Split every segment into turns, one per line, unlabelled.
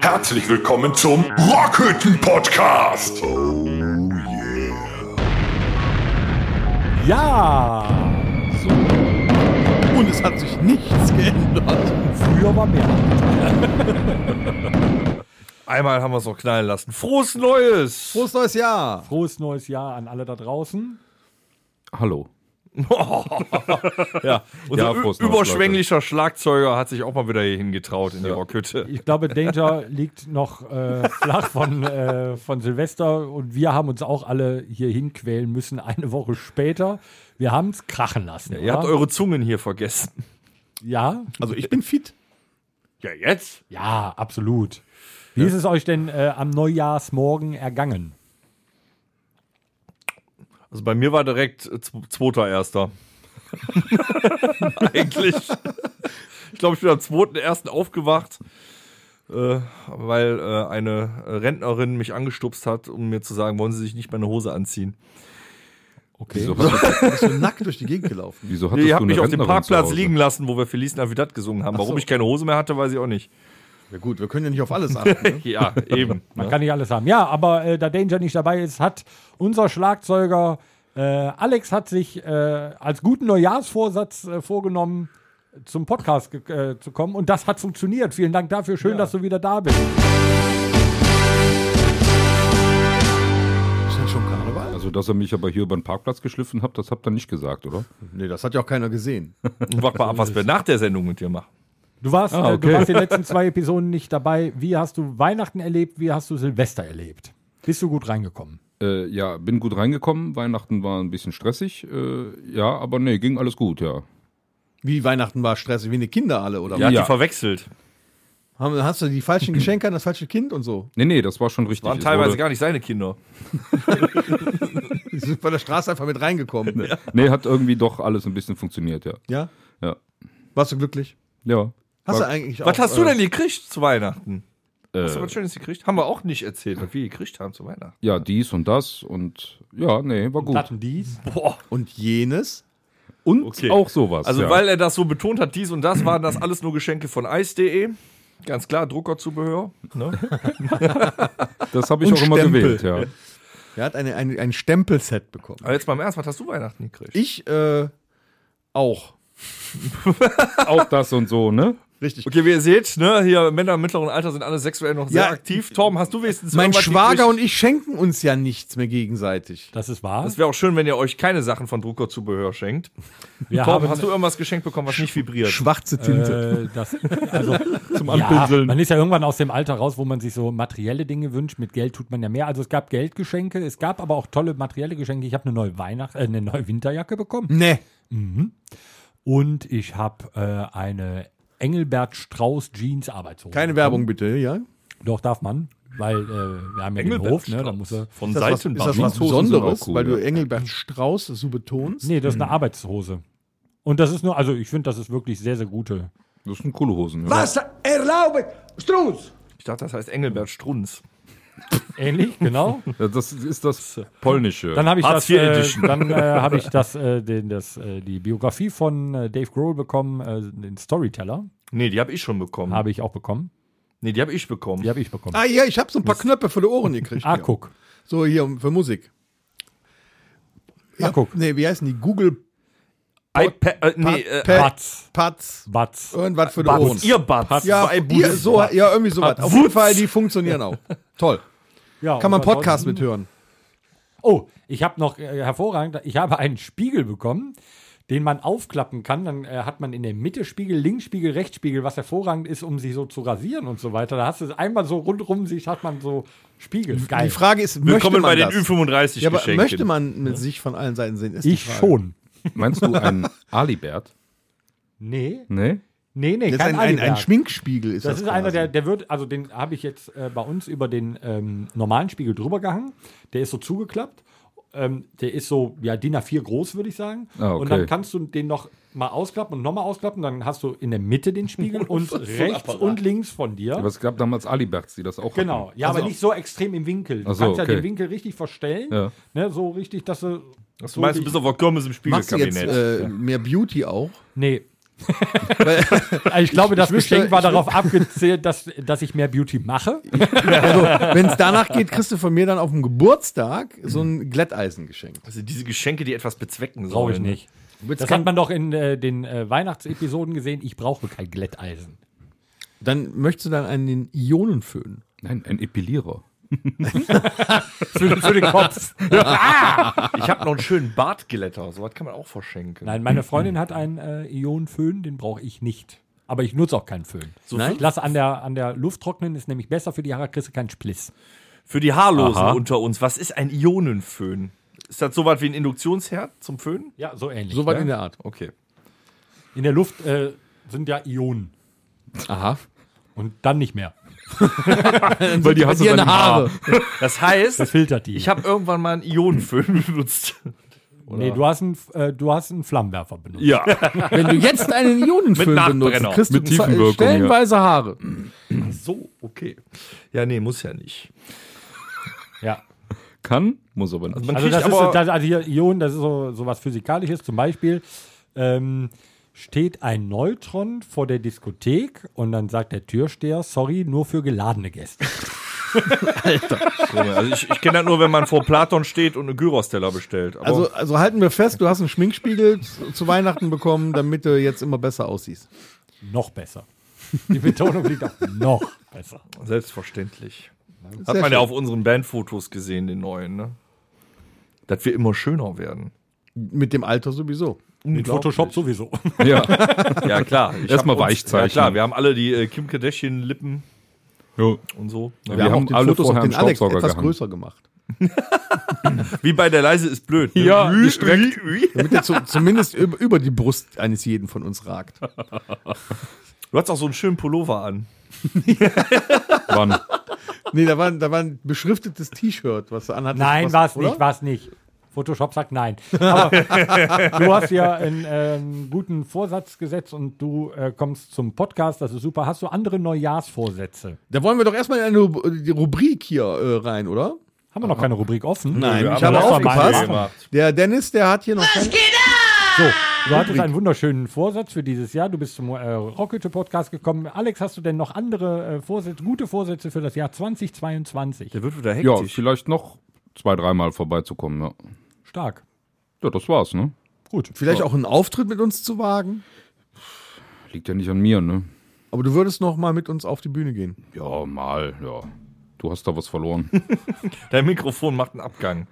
Herzlich willkommen zum Rockhütten Podcast. Oh
Ja! So. Und es hat sich nichts geändert.
Früher war mehr.
Einmal haben wir es noch knallen lassen. Frohes Neues!
Frohes neues Jahr!
Frohes neues Jahr an alle da draußen.
Hallo.
ja, unser
Ja, frohes Neues,
ü- überschwänglicher Schlagzeuger hat sich auch mal wieder hierhin getraut in die Rockhütte.
Ich glaube, Danger liegt noch äh, flach von, äh, von Silvester und wir haben uns auch alle hier hinquälen müssen eine Woche später. Wir haben es krachen lassen.
Ihr habt
oder?
eure Zungen hier vergessen.
ja,
Also ich bin fit.
Ja, jetzt?
ja, absolut. Wie ist es euch denn äh, am Neujahrsmorgen ergangen?
Also bei mir war direkt äh, zw- zweiter Erster. Eigentlich. Ich glaube, ich bin am zweiten Ersten aufgewacht, äh, weil äh, eine Rentnerin mich angestupst hat, um mir zu sagen, wollen Sie sich nicht meine Hose anziehen.
Okay.
Wieso hast, du,
Bist du nackt durch die Gegend gelaufen?
wieso hattest
Ihr
du
habt mich
eine
auf dem
Rentnerin zu
Parkplatz
Hause?
liegen lassen, wo wir Feliz Navidad gesungen haben. Warum
so.
ich keine Hose mehr hatte, weiß ich auch nicht.
Ja gut, wir können ja nicht auf alles achten. ne?
Ja, eben.
Man
Ne?
kann nicht alles haben. Ja, aber äh, da Danger nicht dabei ist, hat unser Schlagzeuger äh, Alex hat sich äh, als guten Neujahrsvorsatz äh, vorgenommen, zum Podcast ge- äh, zu kommen. Und das hat funktioniert. Vielen Dank dafür. Schön, dass du wieder da bist.
Ist denn schon Karneval?
Also, dass er mich aber hier über den Parkplatz geschliffen hat, das habt ihr nicht gesagt, oder?
Nee, das hat ja auch keiner gesehen.
Warte mal ab, was wir nach der Sendung mit dir machen.
Du warst,
Ah,
äh, du
okay.
warst die letzten zwei Episoden nicht dabei. Wie hast du Weihnachten erlebt? Wie hast du Silvester erlebt? Bist du gut reingekommen?
Äh, ja, bin gut reingekommen. Weihnachten war ein bisschen stressig. Äh, ja, aber nee, ging alles gut, ja.
Wie Weihnachten war stressig, wie eine Kinder alle, oder?
Ja,
was?
ja.
Ja.
die verwechselt.
Haben, hast du die falschen Geschenke an das falsche Kind und so?
Nee, nee, das war schon richtig.
Waren
Es
teilweise
wurde-
gar nicht seine Kinder.
Die sind bei der Straße einfach mit reingekommen. ne? Ja.
Nee, hat irgendwie doch alles ein bisschen funktioniert, ja. Ja.
Warst du glücklich?
Ja.
Hast
War-
du eigentlich
Was
auch,
hast du
äh,
denn gekriegt zu Weihnachten? Hast du
Äh,
was Schönes gekriegt? Haben wir auch nicht erzählt, was wir gekriegt haben zu Weihnachten.
ja, dies und das und ja, nee, war gut.
Platten dies.
Boah.
Und jenes?
Und
Okay.
auch sowas.
Also,
ja.
weil er das so betont hat, dies und das, waren das alles nur Geschenke von ice.de. Ganz klar, Druckerzubehör. Ne?
das habe ich
Und
auch immer
Stempel.
gewählt, ja.
Er hat eine, ein, ein Stempelset bekommen.
Aber jetzt mal im Ernst, was hast du Weihnachten gekriegt?
Ich, äh, auch.
auch das und so, ne?
Richtig.
Okay, wie ihr seht, ne, hier Männer im mittleren Alter sind alle sexuell noch sehr
Ja.
aktiv. Tom, hast du wenigstens
Mein
irgendwas
Schwager
gekriegt?
und ich schenken uns ja nichts mehr gegenseitig.
Das ist wahr.
Es wäre auch schön, wenn ihr euch keine Sachen von Druckerzubehör schenkt.
Wir
Tom,
haben-
hast du irgendwas geschenkt bekommen, was nicht vibriert?
Schwarze Tinte.
Äh, das, also, Zum
Anpinseln.
Ja, man ist ja irgendwann aus dem Alter raus, wo man sich so materielle Dinge wünscht. Mit Geld tut man ja mehr. Also es gab Geldgeschenke, es gab aber auch tolle materielle Geschenke. Ich habe eine neue Weihnacht, äh, eine neue Winterjacke bekommen
Nee.
und ich habe äh, eine Engelbert Strauß Jeans Arbeitshose.
Keine Werbung bitte, ja?
Doch darf man, weil äh, wir haben ja den
Engelbert
Hof, ne? Da muss er.
Von
Ist das was, ist
Seitenbach.
das was
Jeanshosen
Besonderes,
sind auch cool,
weil du
ja.
Engelbert Strauß so betonst?
Nee, das ist eine Arbeitshose. Und das ist nur, also ich finde, das ist wirklich sehr, sehr gute.
Das sind coole Hosen. Ja.
Was erlaubt Strunz?
Ich dachte, das heißt Engelbert Strunz.
Ähnlich, genau.
Das ist das polnische.
Dann habe ich,
Hartz
das,
IV
äh,
Edition.
dann, äh, hab ich das, äh, den, das, äh, die Biografie von äh, Dave Grohl bekommen, äh, den Storyteller
Nee, die habe ich schon bekommen.
habe ich auch bekommen.
Nee, die habe ich bekommen.
Die habe ich bekommen.
Ah ja, ich habe so ein paar Knöpfe für die Ohren gekriegt.
Ah,
ja.
guck.
So hier um, für Musik.
Ah, guck.
Nee, wie heißen die? Google
iPad, äh, nee, äh,
Pad-
Batz.
Pads.
Batz.
Irgendwas für die Ohren.
Buds. Ihr Buds.
Ja,
Bei
ihr, so, ja, irgendwie sowas. Auf jeden Fall, die funktionieren auch. Toll.
Ja,
Kann man
und
Podcast
ansonsten-
mithören.
Oh, ich habe noch äh, hervorragend, ich habe einen Spiegel bekommen, den man aufklappen kann. Dann äh, hat man in der Mitte Spiegel, Linksspiegel, Rechtsspiegel, was hervorragend ist, um sich so zu rasieren und so weiter. Da hast du es einmal so rundrum, sich hat man so Spiegel. Geil.
Die Frage ist, möchte
Willkommen
man
bei den
das?
Ü35
ja, aber
Geschenken.
möchte man mit sich von allen Seiten sehen? Ist die
ich
Frage.
schon.
Meinst du einen Alibert?
Nee,
Nee?
nee, nee.
Das ist ein, ein, ein
Aliberg.
Schminkspiegel ist
Das,
das.
ist einer,
quasi.
der, der wird, also den habe ich jetzt äh, bei uns über den ähm, normalen Spiegel drüber gehangen. Der ist so zugeklappt. Ähm, der ist so, ja, DIN A4 groß, würde ich sagen.
Ah, okay.
Und dann kannst du den noch mal ausklappen und nochmal ausklappen. Dann hast du in der Mitte den Spiegel und rechts und links von dir.
Aber es gab damals Aliberts, die das auch
Genau, ja,
Also-
aber nicht so extrem im Winkel. Du
Ach so,
kannst ja
okay.
den Winkel richtig verstellen,
Ja.
ne, so richtig, dass du.
Was du meinst, du bist auf der Kirmes im
Machst du jetzt
Spiegelkabinett.
äh, mehr Beauty auch?
Nee, Also ich glaube, das
ich wüsste-
Geschenk war
ich
darauf abgezählt, dass, dass ich mehr Beauty mache.
Also, wenn es danach geht, kriegst du von mir dann auf dem Geburtstag so ein Glätteisen geschenkt.
Also diese Geschenke, die etwas bezwecken sollen.
Brauche ich nicht.
Willst
Das
kein-
hat man doch in äh, den äh, Weihnachtsepisoden gesehen. Ich brauche kein Glätteisen.
Dann möchtest du dann einen Ionenföhn.
Nein, ein Epilierer.
Für, für den Kopf.
Ich habe noch einen schönen Bartglätter. Sowas kann man auch verschenken.
Nein, meine Freundin hat einen äh, Ionenföhn, den brauche ich nicht. Aber ich nutze auch keinen Föhn.
Nein?
Ich lasse an der, an der Luft trocknen, ist nämlich besser für die Haare, kriegst du keinen Spliss.
Für die Haarlosen
Aha.
unter uns, was ist ein Ionenföhn? Ist das sowas wie ein Induktionsherd zum Föhn?
Ja, so ähnlich.
So weit
ne?
in der Art.
Okay.
in der Luft äh, sind ja Ionen.
Aha.
Und dann nicht mehr.
Weil die hast du
Dir
dann
eine
im Haar.
Haare.
Das heißt,
Der filtert die.
ich habe irgendwann mal einen Ionenföhn benutzt.
nee, du hast, einen, äh, du hast einen Flammenwerfer benutzt.
Ja.
Wenn du jetzt einen Ionenföhn benutzt,
Nachbrenner.
kriegst du
Mit Tiefenwirkung,
stellenweise Haare.
So, okay. Ja, nee, muss ja nicht.
Ja.
Kann, muss aber nicht.
Man
Also, das
kriegt
ist,
aber-
das, also hier Ionen, das ist so, so was Physikalisches. Zum Beispiel ähm, steht ein Neutron vor der Diskothek und dann sagt der Türsteher, sorry, nur für geladene Gäste.
Also ich, ich kenne das nur, wenn man vor Platon steht und eine Gyros-Teller bestellt. Aber
Also, also halten wir fest, du hast einen Schminkspiegel zu zu Weihnachten bekommen, damit du jetzt immer besser aussiehst.
noch besser. Die Betonung liegt auf noch besser.
selbstverständlich. Hat
Sehr
man
schön.
ja auf unseren Bandfotos gesehen, den neuen, ne? Dass wir immer schöner werden.
Mit dem Alter sowieso.
In Photoshop sowieso.
Ja.
Ja, klar. Ich
Erstmal
hab uns- Ja,
weichzeichnen.
klar. Wir haben alle die äh, Kim Kardashian-Lippen
Jo.
und so. ne?
Wir haben
den
alle
Fotos
vorher
auf den
einen
Alex
Staubsauger
etwas
gehangen.
größer gemacht.
Wie bei der Leise ist blöd. Ne?
Ja,
Ui,
gestreckt.
ui, ui.
Damit er zu, zumindest über, über die Brust eines jeden von uns ragt.
Du hast auch so einen schönen Pullover an.
Wann?
Nee, da war, da war ein beschriftetes T-Shirt, was du anhattest.
Nein,
was-
war es
oder?
nicht, war es nicht. Photoshop sagt nein. Aber du hast ja einen ähm, guten Vorsatz gesetzt und du äh, kommst zum Podcast, das ist super. Hast du andere Neujahrsvorsätze?
Da wollen wir doch erstmal in eine Rub- die Rubrik hier äh, rein, oder?
Haben wir noch keine Rubrik offen?
Nein, ich habe
haben das doch mal
aufgepasst.
gemacht.
Der Dennis, der hat hier noch. keinen-
So, du hattest einen wunderschönen Vorsatz für dieses Jahr. Du bist zum äh, Rockhütte-Podcast gekommen. Alex, hast du denn noch andere äh, Vorsätze, gute Vorsätze für das Jahr 2022?
Der wird wieder
Ja,
hektisch.
vielleicht noch zwei, dreimal vorbeizukommen, ja.
Stark.
Ja, das war's, ne?
Gut.
Vielleicht auch einen Auftritt mit uns zu wagen.
Liegt ja nicht an mir, ne?
Aber du würdest noch mal mit uns auf die Bühne gehen.
Ja, mal, ja. Du hast da was verloren.
Dein Mikrofon macht einen Abgang.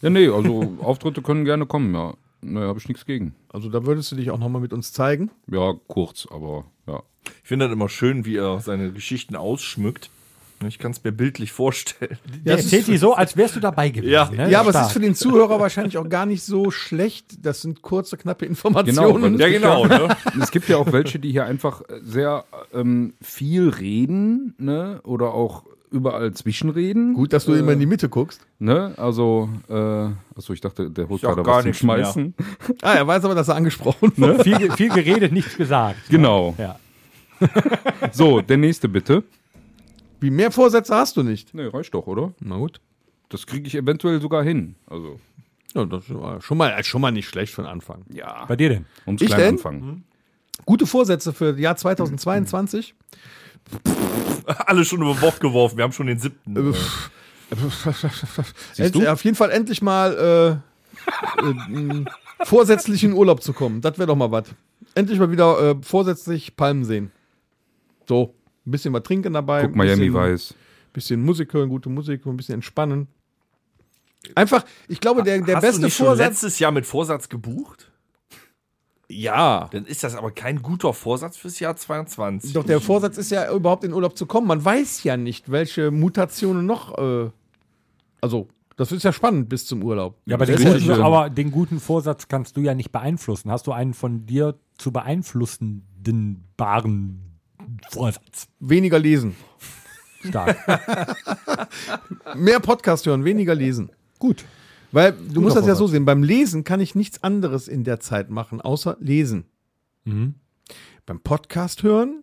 ja, nee, also Auftritte können gerne kommen, ja. Naja, habe ich nichts gegen.
Also da würdest du dich auch noch mal mit uns zeigen.
Ja, kurz, aber ja.
Ich finde das immer schön, wie er seine Geschichten ausschmückt. Ich kann es mir bildlich vorstellen.
Der erzählt die so, als wärst du dabei gewesen.
Ja.
ne?
Ja, aber es
Stark.
ist für den Zuhörer wahrscheinlich auch gar nicht so schlecht. Das sind kurze, knappe Informationen.
Genau, weil-
genau. Ne?
Es gibt ja auch welche, die hier einfach äh, sehr ähm, viel reden, ne? Oder auch überall zwischenreden.
Gut, dass du immer in die Mitte guckst.
Ne? Also, äh, achso, ich dachte, der holt
sag
gerade
gar
was zum
nichts mehr.
Schmeißen.
Ah, er weiß aber, dass er angesprochen wird.
viel, ge- viel geredet, nichts gesagt.
Genau.
Ja.
So, der nächste bitte.
Wie mehr Vorsätze hast du nicht?
Ne, reicht doch, oder?
Na gut.
Das kriege ich eventuell sogar hin. Also,
Ja, das war schon mal, äh, schon mal nicht schlecht von Anfang.
ja.
Bei dir denn?
Ums
Ich
klein
denn? Mhm.
anfangen.
Gute Vorsätze für das Jahr 2022.
Alle schon über Bord geworfen. Wir haben schon den siebten.
Also End, Auf jeden Fall endlich mal äh, äh, m, vorsätzlich in Urlaub zu kommen. Das wäre doch mal was. Endlich mal wieder äh, vorsätzlich Palmen sehen. So, ein bisschen was trinken dabei.
Guck,
ein bisschen,
Miami weiß.
bisschen Musik hören, gute Musik, ein bisschen entspannen. Einfach, ich glaube, der, der
Hast du
beste
nicht schon
Vorsatz.
letztes Jahr mit Vorsatz gebucht?
Ja.
Dann ist das aber kein guter Vorsatz fürs Jahr 22.
Doch der Vorsatz ist ja überhaupt in Urlaub zu kommen. Man weiß ja nicht, welche Mutationen noch. Äh, also, das ist ja spannend bis zum Urlaub.
Ja, aber den,
Das ist
guten,
ja schön.
aber den guten Vorsatz kannst du ja nicht beeinflussen. Hast du einen von dir zu beeinflussenden baren Vorsatz?
Weniger lesen.
Stark.
Mehr Podcast hören, weniger lesen.
Gut.
Weil du musst das ja so sehen, beim Lesen kann ich nichts anderes in der Zeit machen, außer lesen. Beim Podcast hören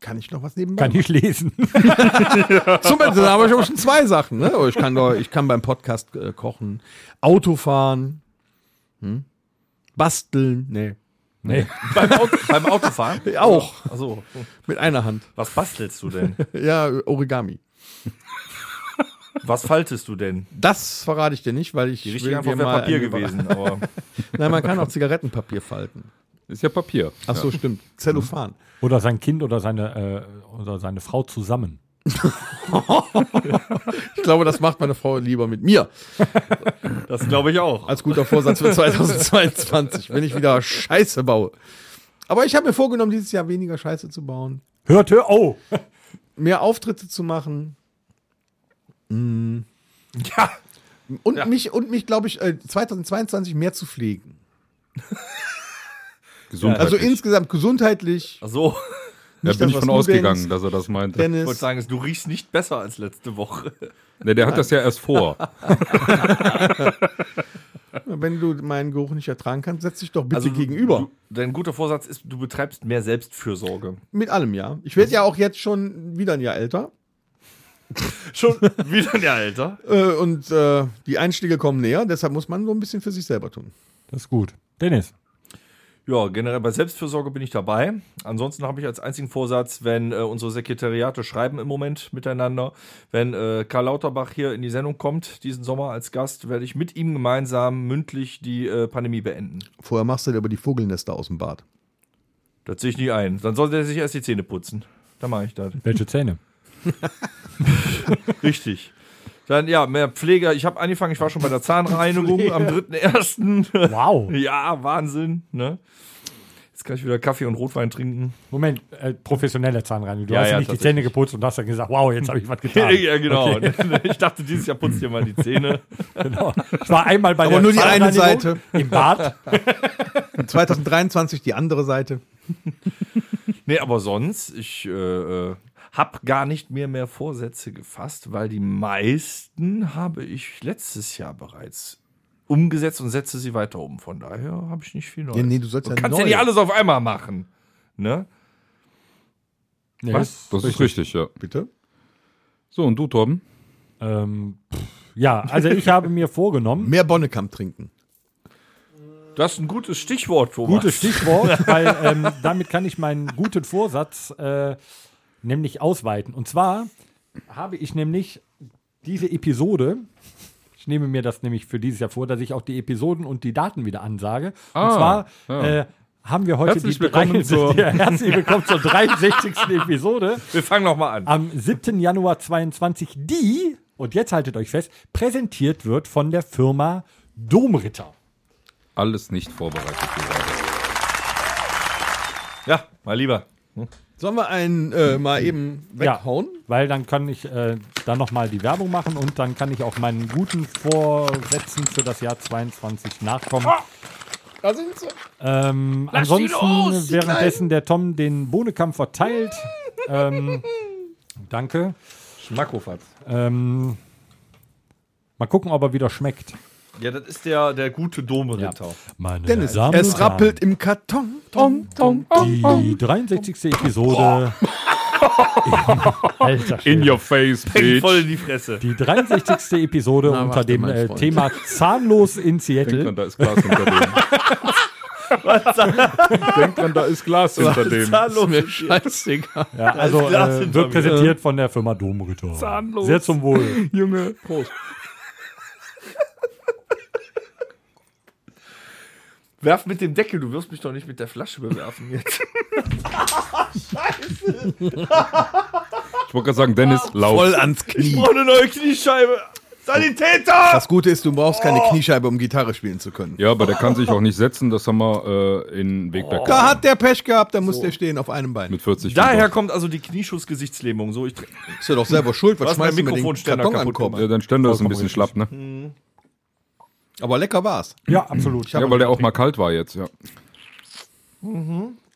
kann ich noch was nebenbei
Kann ich lesen.
Zum Beispiel, da habe ich aber schon zwei Sachen. Ne? Aber Ich, kann doch, ich kann beim Podcast äh, kochen, Auto fahren, hm? basteln. Nee.
Nee.
beim, Auto, beim Autofahren?
Auch.
Achso.
Mit einer Hand.
Was bastelst du denn?
Ja, Origami.
Was faltest du denn?
Das verrate ich dir nicht, weil ich.
Die
will
richtige Antwort
dir
wäre
mal
Papier
eine-
gewesen, aber
Nein, man kann auch Zigarettenpapier falten.
Ist ja Papier.
Ach so, stimmt. Zellophan.
Oder sein Kind oder seine, äh, oder seine Frau zusammen.
Ich glaube, das macht meine Frau lieber mit mir.
das glaube ich auch.
Als guter Vorsatz für 2022, wenn ich wieder Scheiße baue. Aber ich habe mir vorgenommen, dieses Jahr weniger Scheiße zu bauen.
Hört, hör, oh!
mehr Auftritte zu machen.
Ja.
Und mich, und mich glaube ich, äh, 2022 mehr zu pflegen.
Gesundheit.
Also insgesamt gesundheitlich.
So,
da bin
dass
ich
was
von
du
ausgegangen,
denkst.
dass er das meinte.
ich wollte
Dennis,
sagen, du riechst nicht besser als letzte Woche.
Ne, der hat das ja erst vor.
wenn du meinen Geruch nicht ertragen kannst, setz dich doch bitte
Also du-
gegenüber.
Du, dein guter Vorsatz ist, du betreibst mehr Selbstfürsorge.
Mit allem, ja. Ich
Also-
werde ja auch jetzt schon wieder ein Jahr älter.
Schon wieder der Alter.
Äh, und äh, die Einstiege kommen näher. Deshalb muss man so ein bisschen für sich selber tun.
Das ist gut. Dennis.
Ja, generell bei Selbstfürsorge bin ich dabei. Ansonsten habe ich als einzigen Vorsatz, wenn äh, unsere Sekretariate schreiben im Moment miteinander, wenn äh, Karl Lauterbach hier in die Sendung kommt, diesen Sommer als Gast, werde ich mit ihm gemeinsam mündlich die äh, Pandemie beenden.
Vorher machst du dir aber die Vogelnester aus dem Bad.
Das sehe ich nie ein. Dann soll der sich erst die Zähne putzen. Dann mache ich das.
Welche Zähne?
Richtig. Dann, ja, mehr Pflege. Ich habe angefangen, ich war schon bei der Zahnreinigung am 3.1.
Wow.
ja, Wahnsinn, ne? Jetzt kann ich wieder Kaffee und Rotwein trinken.
Moment, äh, professionelle Zahnreinigung. Du
Ja,
hast
ja,
ja, nicht die
tatsächlich.
Zähne geputzt und hast dann gesagt, wow, jetzt habe ich was getan.
genau. Ich dachte, dieses Jahr putzt ihr mal die Zähne.
genau. Ich war einmal bei
Aber
der
nur die eine
Zahnreinigung im Bad.
2023 die andere Seite.
Nee, aber sonst, ich äh, äh, habe gar nicht mehr mehr Vorsätze gefasst, weil die meisten habe ich letztes Jahr bereits umgesetzt und setze sie weiter um. Von daher habe ich nicht viel Neues.
Ja, nee, du sollst ja
kannst ja
neu.
nicht alles auf einmal machen. Ne?
Nee.
Was?
Das ist richtig, ja.
Bitte?
So, und du, Torben?
Ähm, pff, ja, also ich habe mir vorgenommen,
Mehr Bonnekamp trinken.
Das ist ein gutes Stichwort, Thomas.
gutes Stichwort, weil ähm, damit kann ich meinen guten Vorsatz äh, nämlich ausweiten. Und zwar habe ich nämlich diese Episode, ich nehme mir das nämlich für dieses Jahr vor, dass ich auch die Episoden und die Daten wieder ansage. und
Ah,
zwar
ja.
äh, haben wir heute
Herzlich
die
willkommen
63
zur-
ja, herzlich willkommen zur 63. Episode.
Wir fangen nochmal
Ah.
an.
Am 7. Januar 22 die, und jetzt haltet euch fest, präsentiert wird von der Firma Domritter.
Alles nicht vorbereitet.
Ja, mein Lieber.
Sollen wir einen äh, mal eben
Ja.
weghauen?
Weil dann kann ich äh, da nochmal die Werbung machen und dann kann ich auch meinen guten Vorsätzen für das Jahr 22 nachkommen.
Da sind sie.
Ähm, ansonsten, währenddessen der Tom den Bohnenkampf verteilt. ähm, danke.
Schmackofatz.
Ähm, mal gucken, ob er wieder schmeckt.
Ja, das ist der, der gute Domritter.
Meine
Dennis,
Damen und
es
Herren,
rappelt im Karton. Tom, Tom,
Die 63. Episode. Oh. Alter Schwede.
your face,
Hängt voll in die Fresse.
Die 63. Episode
Na,
unter
warte,
dem
mein
äh,
Freund.
Thema Zahnlos in
Denk
Seattle.
dran, da ist Glas hinter dem. Denk dran, da ist Glas hinter dem.
Zahnlos.
Scheißegal.
Ja, also
Glas
äh,
hinter
wird
mir.
präsentiert von der Firma Domritter.
Zahnlos.
Sehr zum Wohl.
Junge.
Werf mit dem Deckel, du wirst mich doch nicht mit der Flasche bewerfen jetzt.
Ich wollte gerade sagen, Dennis, lauf.
Voll ans Knie.
Oh, eine neue Kniescheibe. Sanitäter!
Das Gute ist, du brauchst keine Kniescheibe, um Gitarre spielen zu können.
Ja, aber der kann sich auch nicht setzen, das haben wir äh, in Wegberg
Da hat der Pech gehabt, da muss der stehen auf einem Bein.
mit 40
Daher
Fieber.
kommt also die Knieschuss-Gesichtslähmung. So, ich tr-
Bist du doch selber schuld, was
hast
schmeißt du
meinen
mir den
Mikrofonständer
Karton an den
kaputt
Kopf?
Ja, dein Ständer ist ein bisschen schlapp, ne?
Aber lecker war's.
Ja, absolut.
Ja, weil der auch mal kalt war jetzt, ja.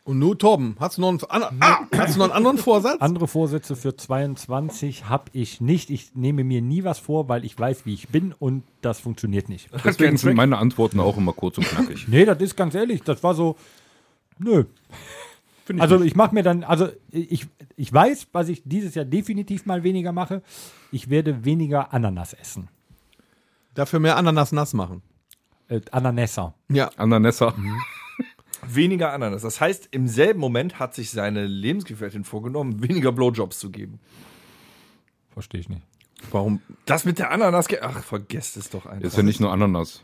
Und nur Torben, hast du noch einen, an, ah, hast du noch einen anderen Vorsatz?
Andere Vorsätze für 22 habe ich nicht. Ich nehme mir nie was vor, weil ich weiß, wie ich bin und das funktioniert nicht.
Deswegen sind meine Antworten auch immer kurz und knackig.
Nee, das ist ganz ehrlich, das war so, nö. also ich mache mir dann, also ich, ich weiß, was ich dieses Jahr definitiv mal weniger mache. Ich werde weniger Ananas essen.
Dafür mehr Ananas nass machen.
Äh, Ananessa.
Ja,
Ananessa.
weniger Ananas. Das heißt, im selben Moment hat sich seine Lebensgefährtin vorgenommen, weniger Blowjobs zu geben.
Verstehe ich nicht.
Warum?
Das mit der Ananas, ge- ach, vergesst es doch einfach.
Ist ja nicht nur Ananas.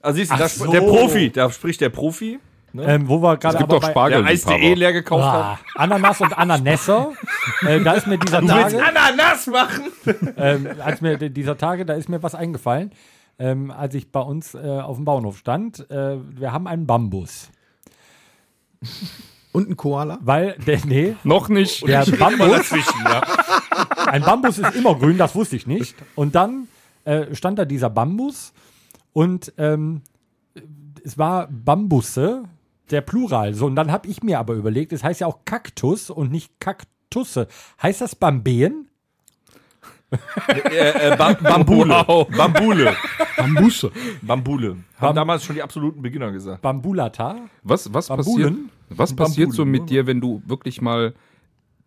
also siehst du,
Ach
da
so.
sp- der Profi, da spricht der Profi,
Ähm, wo wir gerade
Es gibt
aber
doch
bei-
Spargel.
der Eis.de leer gekauft
Ah,
hat.
Ananas und Ananässer. äh, da ist mir dieser
Willst
Tage,
Ananas machen?
ähm, als mir d- dieser Tage, da ist mir was eingefallen, ähm, als ich bei uns äh, auf dem Bauernhof stand. Äh, wir haben einen Bambus,
Und ein Koala?
weil der nee,
Noch nicht.
der Bambus. Ein Bambus ist immer grün, das wusste ich nicht. Und dann äh, stand da dieser Bambus und ähm, es war Bambusse, der Plural. So, und dann habe ich mir aber überlegt, es heißt ja auch Kaktus und nicht Kaktusse. Heißt das Bambeen?
Äh, ba Bambule. Bambule.
Bambusse.
Bambule. Haben damals schon die absoluten Beginner gesagt.
Bambulata?
Was, was passiert,
Bambulen?
was passiert so
Bambulen,
mit dir, wenn du wirklich mal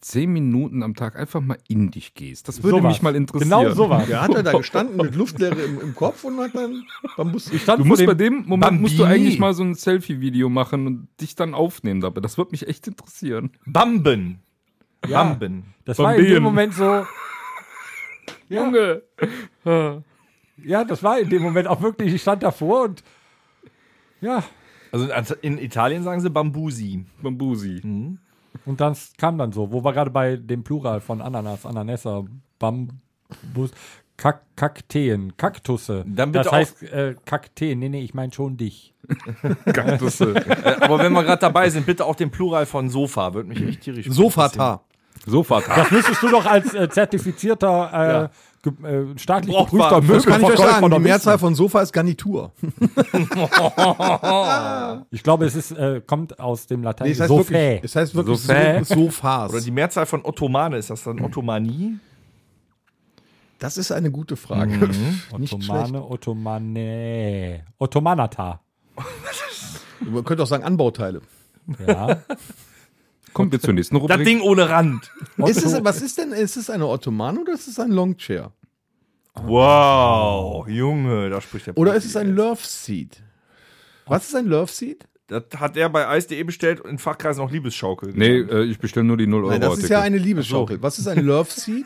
zehn Minuten am Tag einfach mal in dich gehst? Das würde
Sowas.
mich mal interessieren.
Genau sowas.
Ja, hat er da gestanden mit Luftleere im, im Kopf und hat dann Bambus. Ich
Du musst bei
Vor
dem Moment
Bambi.
musst du eigentlich mal so ein Selfie-Video machen und dich dann aufnehmen dabei. Das würde mich echt interessieren.
Bamben. Bamben.
Das
Bambeen.
war in dem Moment so. Ja,
Junge,
ja, das war in dem Moment auch wirklich. Ich stand davor und. Ja.
Also in in Italien sagen sie Bambusi.
Bambusi.
Und das kam dann so, wo wir gerade bei dem Plural von Ananas, Ananessa, Bambus, Kak Kakteen, Kaktusse.
Dann bitte
das
auch-
heißt äh, Kakteen. Nee, nee, ich meine schon dich.
Kaktusse.
Äh, Aber wenn wir gerade dabei sind, bitte auch den Plural von Sofa. Würde mich echt tierisch interessieren.
Sofata.
Sofort.
Das müsstest du doch als äh, zertifizierter, äh, ge- äh, staatlich
Brauchbar.
geprüfter
Das kann ich euch
Möbelverkäufer
sagen. Die
doch
Mehrzahl von Sofa ist Garnitur.
wissen. Ich glaube, es ist, äh, kommt aus dem Latein.
es heißt
Sofä.
wirklich, es heißt wirklich
Sofä.
So- Sofas.
Oder die Mehrzahl von Ottomane, ist das dann Ottomanie?
Das ist eine gute Frage. Nicht schlecht.
Ottomane, Ottomane, Ottomanata.
Man könnte auch sagen Anbauteile.
Ja.
Kommen wir zur nächsten
Das
Rubrik.
Ding ohne Rand.
Ist es, was ist denn, ist es eine Ottomane oder ist es ein Longchair?
Wow, Junge, da spricht der
Oder
Profi.
ist es ein Love Seat? Was ist ein Love Seat?
Das hat er bei Eis.de bestellt und in Fachkreisen auch Liebesschaukel.
Nee, äh, ich bestelle nur die 0 euro
Nein, das ist ja eine Liebesschaukel. Was ist ein Love Seat?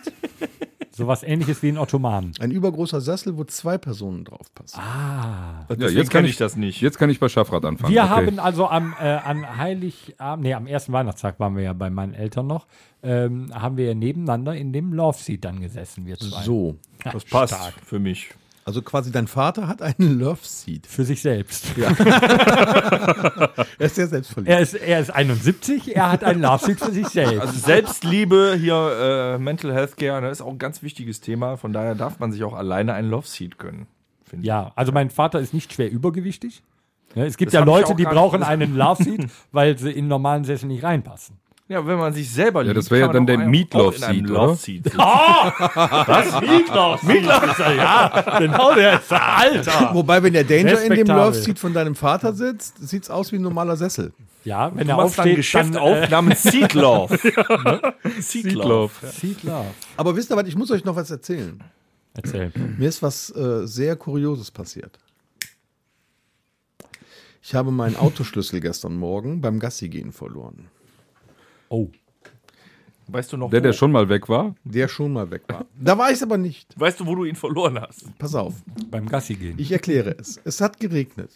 Sowas ähnliches wie ein Ottoman.
Ein übergroßer Sessel, wo zwei Personen draufpassen.
gesagt.
ja,
Deswegen
jetzt kann
kenn
ich,
das nicht.
Jetzt kann ich bei Schafrad anfangen.
Wir
Okay.
haben also am äh, an Heiligabend, nee, am ersten Weihnachtstag waren wir ja bei meinen Eltern noch, ähm, haben wir ja nebeneinander in dem Love Seat dann gesessen, wir zwei.
So.
das passt für mich.
Also quasi dein Vater hat einen Love Seat.
Für sich selbst.
Er ist ja selbstverliebt.
Er, ist, er ist 71, er hat ein Love Seat für sich selbst.
Also Selbstliebe hier, äh, Mental Health Care, ne, ist auch ein ganz wichtiges Thema. Von daher darf man sich auch alleine ein Love Seat gönnen. finde ich.
ja, also mein Vater ist nicht schwer übergewichtig. Ja, es gibt
Das
ja
hab ich
Leute,
auch
die
grad
brauchen
gesagt.
einen Love Seat, weil sie in normalen Sessel nicht reinpassen.
Ja, wenn man sich selber liebt.
das wär ja
kann man
dann
auch
der
ein-
Meat
auch
Love
in einem
Seat,
Love
oder?
Seat.
Was? Mietlauf? Mietlauf? Ja, genau, der ist alter.
Wobei, wenn der Danger in dem
Respektabel.
Love Seat von deinem Vater sitzt, sieht's aus wie ein normaler Sessel.
Ja, wenn
Du
er
machst dann ein
aufsteht, dann,
Geschäft
äh,
äh,
auf Ne? namens Seat Love. Seat Love.
Seedlauf.
Seat Love.
Aber wisst ihr was, ich muss euch noch was erzählen.
Erzähl.
Mir ist was äh, sehr Kurioses passiert. Ich habe meinen Autoschlüssel gestern Morgen beim Gassigehen verloren.
Oh.
Weißt du noch,
Der, der
wo-
schon mal weg war.
Der schon mal weg war. Da war ich aber nicht.
weißt du, wo du ihn verloren hast?
Pass auf.
Beim Gassi gehen.
Ich erkläre es. Es hat geregnet.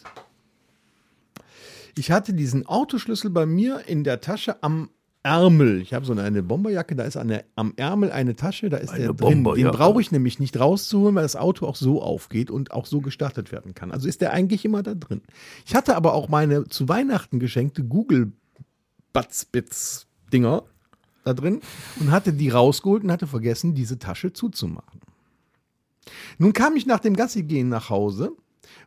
Ich hatte diesen Autoschlüssel bei mir in der Tasche am Ärmel. Ich habe so eine Bomberjacke, da ist an der, am Ärmel eine Tasche, da ist der drin. Den brauche ich nämlich nicht rauszuholen, weil das Auto auch so aufgeht und auch so gestartet werden kann. Also ist der eigentlich immer da drin. Ich hatte aber auch meine zu Weihnachten geschenkte Google Batzbits Dinger da drin und hatte die rausgeholt und hatte vergessen, diese Tasche zuzumachen. Nun kam ich nach dem Gassigehen nach Hause,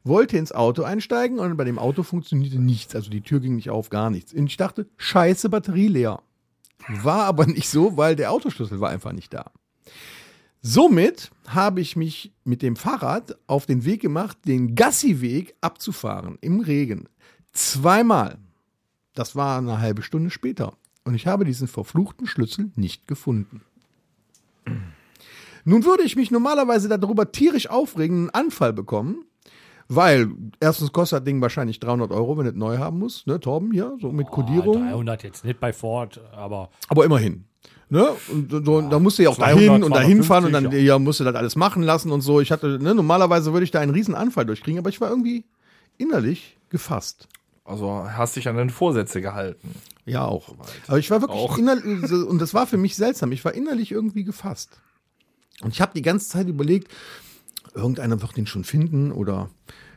wollte ins Auto einsteigen und bei dem Auto funktionierte nichts. Also die Tür ging nicht auf, gar nichts. Und ich dachte, scheiße, Batterie leer. War aber nicht so, weil der Autoschlüssel war einfach nicht da. Somit habe ich mich mit dem Fahrrad auf den Weg gemacht, den Gassiweg abzufahren im Regen. Zweimal. Das war eine halbe Stunde später. Und ich habe diesen verfluchten Schlüssel nicht gefunden. Nun würde ich mich normalerweise darüber tierisch aufregen, einen Anfall bekommen Weil, erstens kostet das Ding wahrscheinlich 300 Euro, wenn du es neu haben musst, ne, Torben, hier, so mit
Ah,
Kodierung.
300 jetzt nicht bei Ford, aber
Aber immerhin. Ne? Und so, da musst du ja auch
200,
dahin und dahin fahren und dann
250,
ja. musst du das alles machen lassen und so. Ich hatte, ne, normalerweise würde ich da einen riesen Anfall durchkriegen, aber ich war irgendwie innerlich gefasst.
Also hast dich an deine Vorsätze gehalten.
Ja, auch. Aber ich war wirklich innerlich, so- und das war für mich seltsam, ich war innerlich irgendwie gefasst. Und ich habe die ganze Zeit überlegt, irgendeiner wird den schon finden oder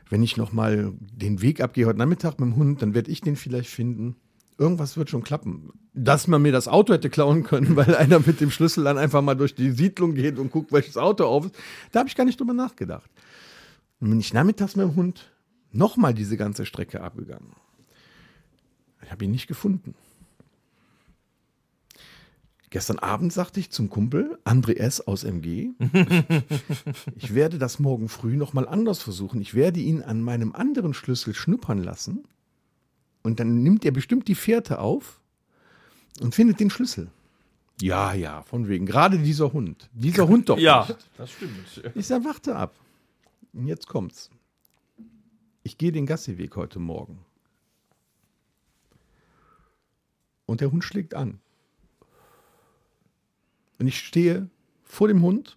wenn ich nochmal den Weg abgehe heute Nachmittag mit dem Hund, dann werde ich den vielleicht finden. Irgendwas wird schon klappen. Dass man mir das Auto hätte klauen können, weil einer mit dem Schlüssel dann einfach mal durch die Siedlung geht und guckt, welches Auto auf ist, da habe ich gar nicht drüber nachgedacht. Und bin ich nachmittags mit dem Hund nochmal diese ganze Strecke abgegangen. Ich habe ihn nicht gefunden. Gestern Abend sagte ich zum Kumpel André S. aus MG, ich werde das morgen früh nochmal anders versuchen. Ich werde ihn an meinem anderen Schlüssel schnuppern lassen und dann nimmt er bestimmt die Fährte auf und findet den Schlüssel. Ja, ja, von wegen. Gerade dieser Hund. Dieser Hund doch nicht.
das stimmt.
Ich sag, warte ab. Und jetzt kommt's. Ich gehe den Gassiweg heute Morgen. Und der Hund schlägt an. Und ich stehe vor dem Hund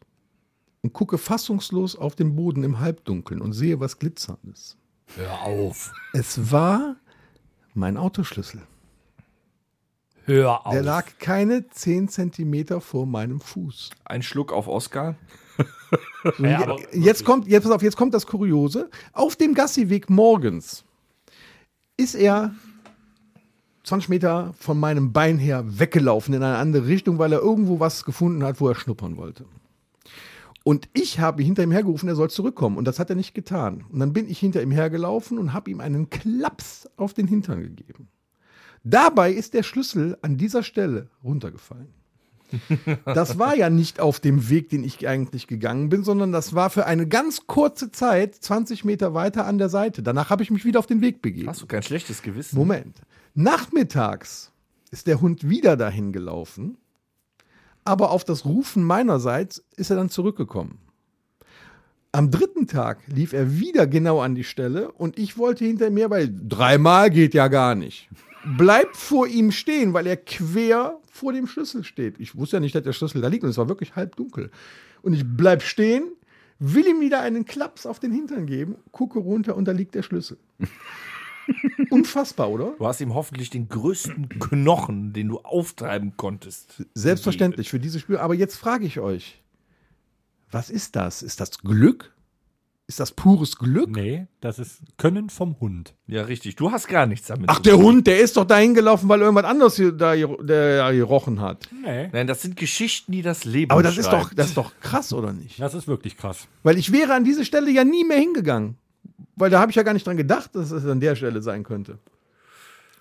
und gucke fassungslos auf den Boden im Halbdunkeln und sehe was Glitzerndes.
hör auf.
Es war mein Autoschlüssel.
Hör auf.
Der lag keine 10 Zentimeter vor meinem Fuß.
Ein Schluck auf Oscar.
ja, aber,
Jetzt kommt, jetzt, pass auf, jetzt kommt das Kuriose. Auf dem Gassiweg morgens ist er 20 Meter von meinem Bein her weggelaufen in eine andere Richtung, weil er irgendwo was gefunden hat, wo er schnuppern wollte. Und ich habe hinter ihm hergerufen, er soll zurückkommen. Und das hat er nicht getan. Und dann bin ich hinter ihm hergelaufen und habe ihm einen Klaps auf den Hintern gegeben. Dabei ist der Schlüssel an dieser Stelle runtergefallen. Das war ja nicht auf dem Weg, den ich eigentlich gegangen bin, sondern das war für eine ganz kurze Zeit 20 Meter weiter an der Seite. Danach habe ich mich wieder auf den Weg begeben.
Hast du kein schlechtes Gewissen?
Moment. Nachmittags ist der Hund wieder dahin gelaufen, aber auf das Rufen meinerseits ist er dann zurückgekommen. Am dritten Tag lief er wieder genau an die Stelle und ich wollte hinter mir, weil dreimal geht ja gar nicht. Bleibt vor ihm stehen, weil er quer vor dem Schlüssel steht. Ich wusste ja nicht, dass der Schlüssel da liegt und es war wirklich halb dunkel. Und ich bleib stehen, will ihm wieder einen Klaps auf den Hintern geben, gucke runter und da liegt der Schlüssel. Unfassbar, oder?
Du hast ihm hoffentlich den größten Knochen, den du auftreiben konntest.
Selbstverständlich für dieses Spiel. Aber jetzt frage ich euch: Was ist das? Ist das Glück? Ist das pures Glück?
nee, das ist Können vom Hund.
Ja, richtig. Du hast gar nichts damit.
Ach,
zu
der
tun.
Hund, der ist doch dahin gelaufen, weil irgendwas anderes hier, da, hier- der, da gerochen hat.
Nee.
Nein, das sind Geschichten, die das Leben
Aber das ist,
schreibt.
doch, das ist doch krass, oder nicht?
Das ist wirklich krass.
Weil ich wäre an diese Stelle ja nie mehr hingegangen. Weil da habe ich ja gar nicht dran gedacht, dass es an der Stelle sein könnte.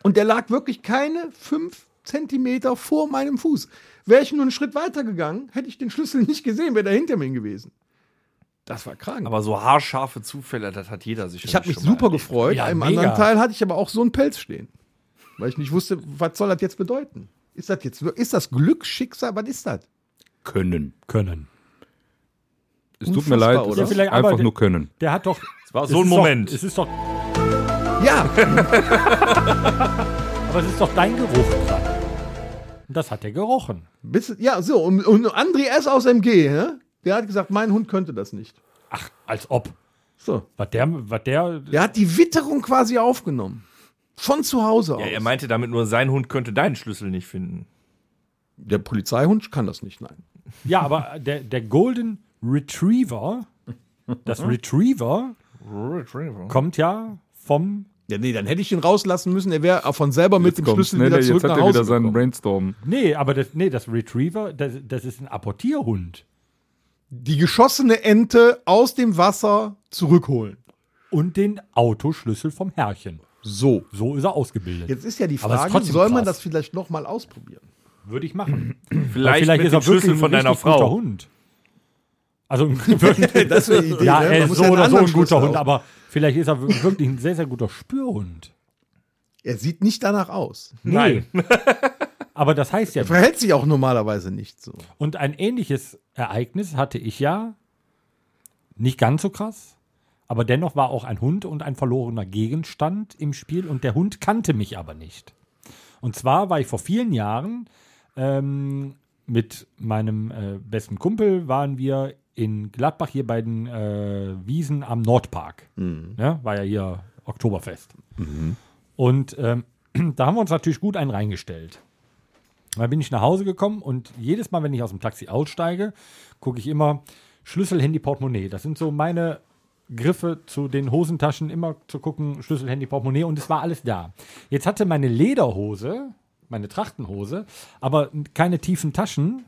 Und der lag wirklich keine fünf Zentimeter vor meinem Fuß. Wäre ich nur einen Schritt weiter gegangen, hätte ich den Schlüssel nicht gesehen, wäre der hinter mir gewesen. Das war krank.
Aber so haarscharfe Zufälle, das hat jeder sich
Ich habe mich super gefreut.
Ja,
Im
mega.
anderen Teil hatte ich aber auch so einen Pelz stehen. Weil ich nicht wusste, was soll das jetzt bedeuten? Ist das jetzt wir- ist das Glück, Schicksal? Was ist das?
Können.
Können.
Es tut mir
Unfassbar,
leid,
oder?
es ist
Vielleicht aber
einfach
den-
nur können.
Der hat doch. Es
war so ein
ist
Moment.
Doch, es ist doch,
Ja,
aber es ist doch dein Geruch dran. Und das hat er gerochen.
bis, ja, so. Und, und André S. aus MG, ne? der hat gesagt, mein Hund könnte das nicht.
Ach, als ob.
So.
Was der, was der.
Der hat die Witterung quasi aufgenommen. Von zu Hause aus.
Ja, er meinte damit nur, sein Hund könnte deinen Schlüssel nicht finden.
der Polizeihund kann das nicht, nein.
Ja, aber äh, der, der Golden Retriever, das
Mhm.
Retriever kommt ja vom.
Ja, nee, dann hätte ich ihn rauslassen müssen. Er wäre von selber mit dem
Komm,
Schlüssel
schneller,
wieder zurück
jetzt
nach
hat er
Hause
wieder seinen
gekommen.
Brainstorm.
Nee, aber das, nee, das Retriever, das, das ist ein Apportierhund.
Die geschossene Ente aus dem Wasser zurückholen.
Und den Autoschlüssel vom Herrchen.
So.
So ist er ausgebildet.
Jetzt ist ja die
Aber es ist
Frage,
trotzdem
soll man
krass.
das vielleicht nochmal ausprobieren?
Würde ich machen.
Vielleicht, mit dem Schlüssel von deiner
guter
Frau.
Hund. Also das
eine Idee,
ja,
ne? Man
er ist
muss
so
ja einen
oder so ein
anderen
guter
Schlüssel
Hund,
auch.
aber vielleicht ist er wir- wirklich ein sehr, sehr guter Spürhund.
Er sieht nicht danach aus.
Nee. Nein. aber das heißt ja,
Verhält sich auch normalerweise nicht so.
und ein ähnliches Ereignis hatte ich ja nicht ganz so krass, Aber dennoch war auch ein Hund und ein verlorener Gegenstand im Spiel und der Hund kannte mich aber nicht. Und zwar war ich vor vielen Jahren ähm, mit meinem äh, besten Kumpel, waren wir in Gladbach hier bei den äh, Wiesen am Nordpark. Ne? War ja hier Oktoberfest. Und ähm, da haben wir uns natürlich gut einen reingestellt. Dann bin ich nach Hause gekommen und jedes Mal, wenn ich aus dem Taxi aussteige, gucke ich immer Schlüssel, Handy, Portemonnaie. Das sind so meine Griffe zu den Hosentaschen, immer zu gucken, Schlüssel, Handy, Portemonnaie und es war alles da. Jetzt hatte meine Lederhose, meine Trachtenhose, aber keine tiefen Taschen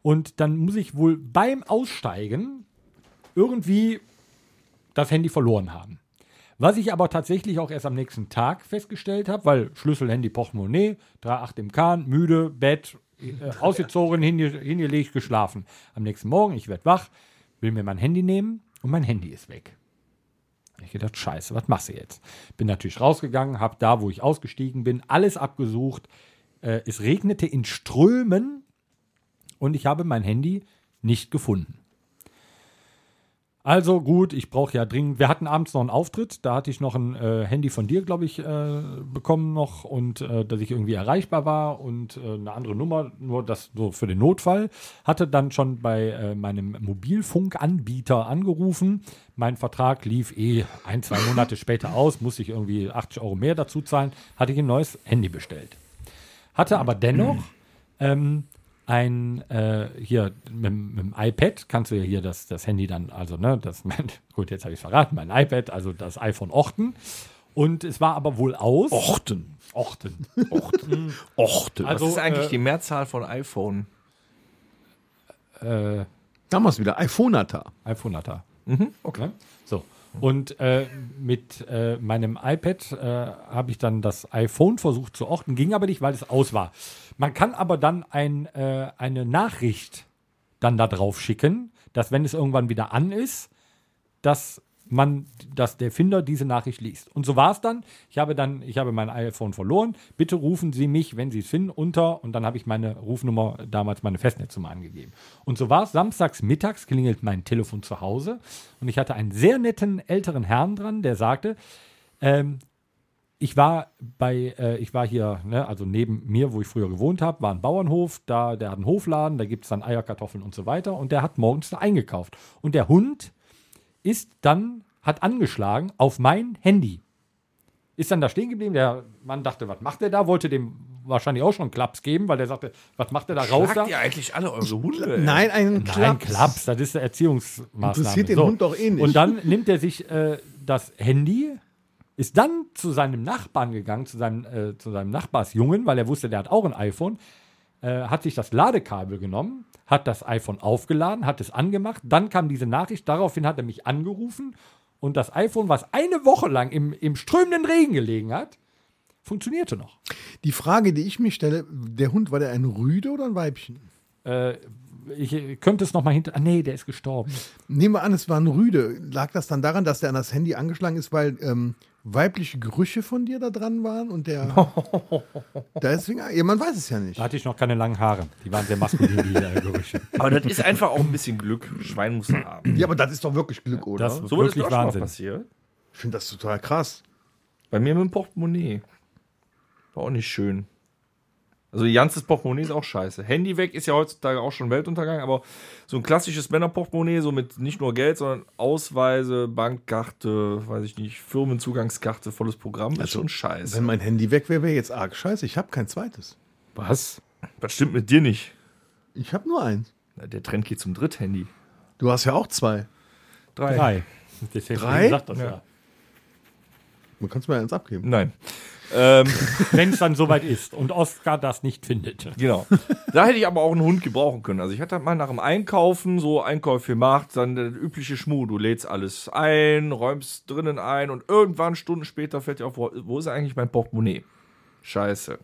und dann muss ich wohl beim Aussteigen irgendwie das Handy verloren haben. Was ich aber tatsächlich auch erst am nächsten Tag festgestellt habe, weil Schlüssel, Handy, Portemonnaie, 3,8 im Kahn, müde, Bett, äh, ausgezogen, hinge hingelegt, geschlafen. Am nächsten Morgen, ich werde wach, will mir mein Handy nehmen und mein Handy ist weg. Ich gedacht, scheiße, was machst du jetzt? Bin natürlich rausgegangen, habe da, wo ich ausgestiegen bin, alles abgesucht. Äh, es regnete in Strömen und ich habe mein Handy nicht gefunden. Also gut, ich brauche ja dringend. Wir hatten abends noch einen Auftritt, da hatte ich noch ein äh, Handy von dir, glaube ich, äh, bekommen noch und äh, dass ich irgendwie erreichbar war und äh, eine andere Nummer, nur das so für den Notfall. Hatte dann schon bei äh, meinem Mobilfunkanbieter angerufen. Mein Vertrag lief eh ein, zwei Monate später aus, musste ich irgendwie 80 Euro mehr dazu zahlen, hatte ich ein neues Handy bestellt. Hatte aber dennoch ähm, ein äh, hier mit, mit dem iPad kannst du ja hier das, das Handy dann, also ne, das gut, jetzt habe ich verraten, mein iPad, also das iPhone Orten. Und es war aber wohl aus.
Ochten.
Orten.
Ochten.
Also,
Was ist eigentlich
äh,
die Mehrzahl von iPhone?
Äh,
Damals wieder, iPhonata.
iPhone hat er. Okay. So. Und äh, mit äh, meinem iPad äh, habe ich dann das iPhone versucht zu orten, ging aber nicht, weil es aus war. Man kann aber dann ein, äh, eine Nachricht dann da drauf schicken, dass wenn es irgendwann wieder an ist, dass man, dass der Finder diese Nachricht liest. Und so war es dann. Ich habe dann, ich habe mein iPhone verloren. Bitte rufen Sie mich, wenn Sie es finden, unter. Und dann habe ich meine Rufnummer, damals meine Festnetznummer angegeben. Und so war es. Samstags mittags klingelt mein Telefon zu Hause. Und ich hatte einen sehr netten älteren Herrn dran, der sagte, ähm, ich war bei, äh, ich war hier, ne, also neben mir, wo ich früher gewohnt habe, war ein Bauernhof, da, der hat einen Hofladen, da gibt es dann Eier, Kartoffeln und so weiter. Und der hat morgens da eingekauft. Und der Hund ist dann, hat angeschlagen auf mein Handy. Ist dann da stehen geblieben. Der Mann dachte, was macht der da? Wollte dem wahrscheinlich auch schon einen Klaps geben, weil der sagte, was macht der da raus da?
Schlagt ihr eigentlich alle eure Hunde? ey?
Nein, ein
Nein, Klaps, das ist eine Erziehungsmaßnahme.
Interessiert den Hund doch eh nicht.
Und dann nimmt er sich äh, das Handy, ist dann zu seinem Nachbarn gegangen, zu seinem, äh, zu seinem Nachbarsjungen, weil er wusste, der hat auch ein iPhone, äh, hat sich das Ladekabel genommen, hat das iPhone aufgeladen, hat es angemacht, dann kam diese Nachricht, daraufhin hat er mich angerufen und das iPhone, was eine Woche lang im, im strömenden Regen gelegen hat, funktionierte noch.
Die Frage, die ich mir stelle, der Hund, war der ein Rüde oder ein Weibchen?
Äh, ich äh, könnte es nochmal hinter... Ah, nee, der ist gestorben.
Nehmen wir an, es war ein Rüde. Lag das dann daran, dass der an das Handy angeschlagen ist, weil ähm, weibliche Gerüche von dir da dran waren und der. deswegen, ja, man weiß es ja nicht.
Da hatte ich noch keine langen Haare. Die waren sehr maskulin, die äh, Gerüche.
Aber das ist einfach auch ein bisschen Glück. Schwein muss man haben.
Ja, aber das ist doch wirklich Glück, oder?
Das ist
So ist
wirklich
das
Wahnsinn.
Wahnsinn. passiert.
ich finde das total krass.
Bei mir mit dem Portemonnaie. War auch nicht schön. Also die ganze Portemonnaie ist auch scheiße. Handy weg ist ja heutzutage auch schon Weltuntergang, aber so ein klassisches Männerportemonnaie, so mit nicht nur Geld, sondern Ausweise, Bankkarte, weiß ich nicht, Firmenzugangskarte, volles Programm, ist schon scheiße.
Wenn mein Handy weg wäre, wäre jetzt arg scheiße. Ich habe kein zweites.
Was?
Was stimmt mit dir nicht?
Ich habe nur eins.
Na, Der Trend geht zum Dritthandy.
Du hast ja auch zwei.
Drei.
Drei. Deswegen
Drei?
sagt das ja.
Man kannst mir eins abgeben.
Nein. Ähm,
Wenn es dann soweit ist und Oskar das nicht findet.
Genau. Da hätte ich aber auch einen Hund gebrauchen können. Also ich hatte mal nach dem Einkaufen so Einkäufe gemacht, dann der übliche Schmuh. Du lädst alles ein, räumst drinnen ein und irgendwann Stunden später fällt dir auf, wo wo ist eigentlich mein Portemonnaie? Scheiße.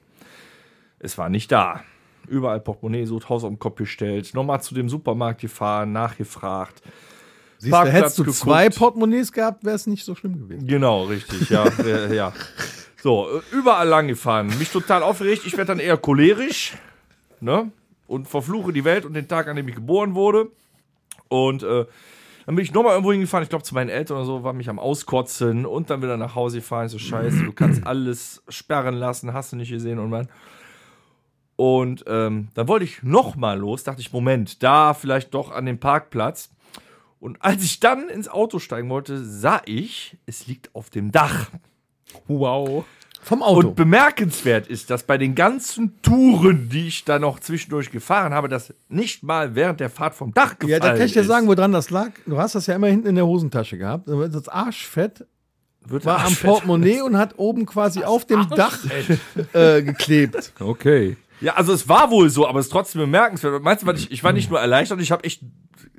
Es war nicht da. Überall Portemonnaie, so Haus auf den Kopf gestellt, nochmal zu dem Supermarkt gefahren, nachgefragt.
Siehst du, hättest du
Parkplatz
zwei
geguckt.
Portemonnaies gehabt, wäre es nicht so schlimm gewesen.
Genau, richtig, ja. ja, ja. So, überall lang gefahren. Mich total aufgeregt. Ich werde dann eher cholerisch ne? und verfluche die Welt und den Tag, an dem ich geboren wurde. Und äh, Dann bin ich nochmal irgendwo hingefahren, ich glaube zu meinen Eltern oder so, war mich am Auskotzen und dann wieder nach Hause gefahren. Ich so, scheiße, du kannst alles sperren lassen, hast du nicht gesehen und man. Und ähm, dann wollte ich nochmal los, dachte ich, Moment, da vielleicht doch an den Parkplatz. Und als ich dann ins Auto steigen wollte, sah ich, es liegt auf dem Dach.
Wow.
Vom Auto.
Und bemerkenswert ist, dass bei den ganzen Touren, die ich da noch zwischendurch gefahren habe, das nicht mal während der Fahrt vom Dach gefallen
ja, da kann ich dir
ist.
sagen, woran das lag. Du hast das ja immer hinten in der Hosentasche gehabt. Aber Das Arschfett
Wird
war am
Arschfett.
Portemonnaie und hat oben quasi auf dem Dach äh, geklebt.
Okay.
Ja, also es war wohl so, aber es ist trotzdem bemerkenswert. Meinst du, weil ich, ich war
Mhm.
nicht nur erleichtert, ich habe echt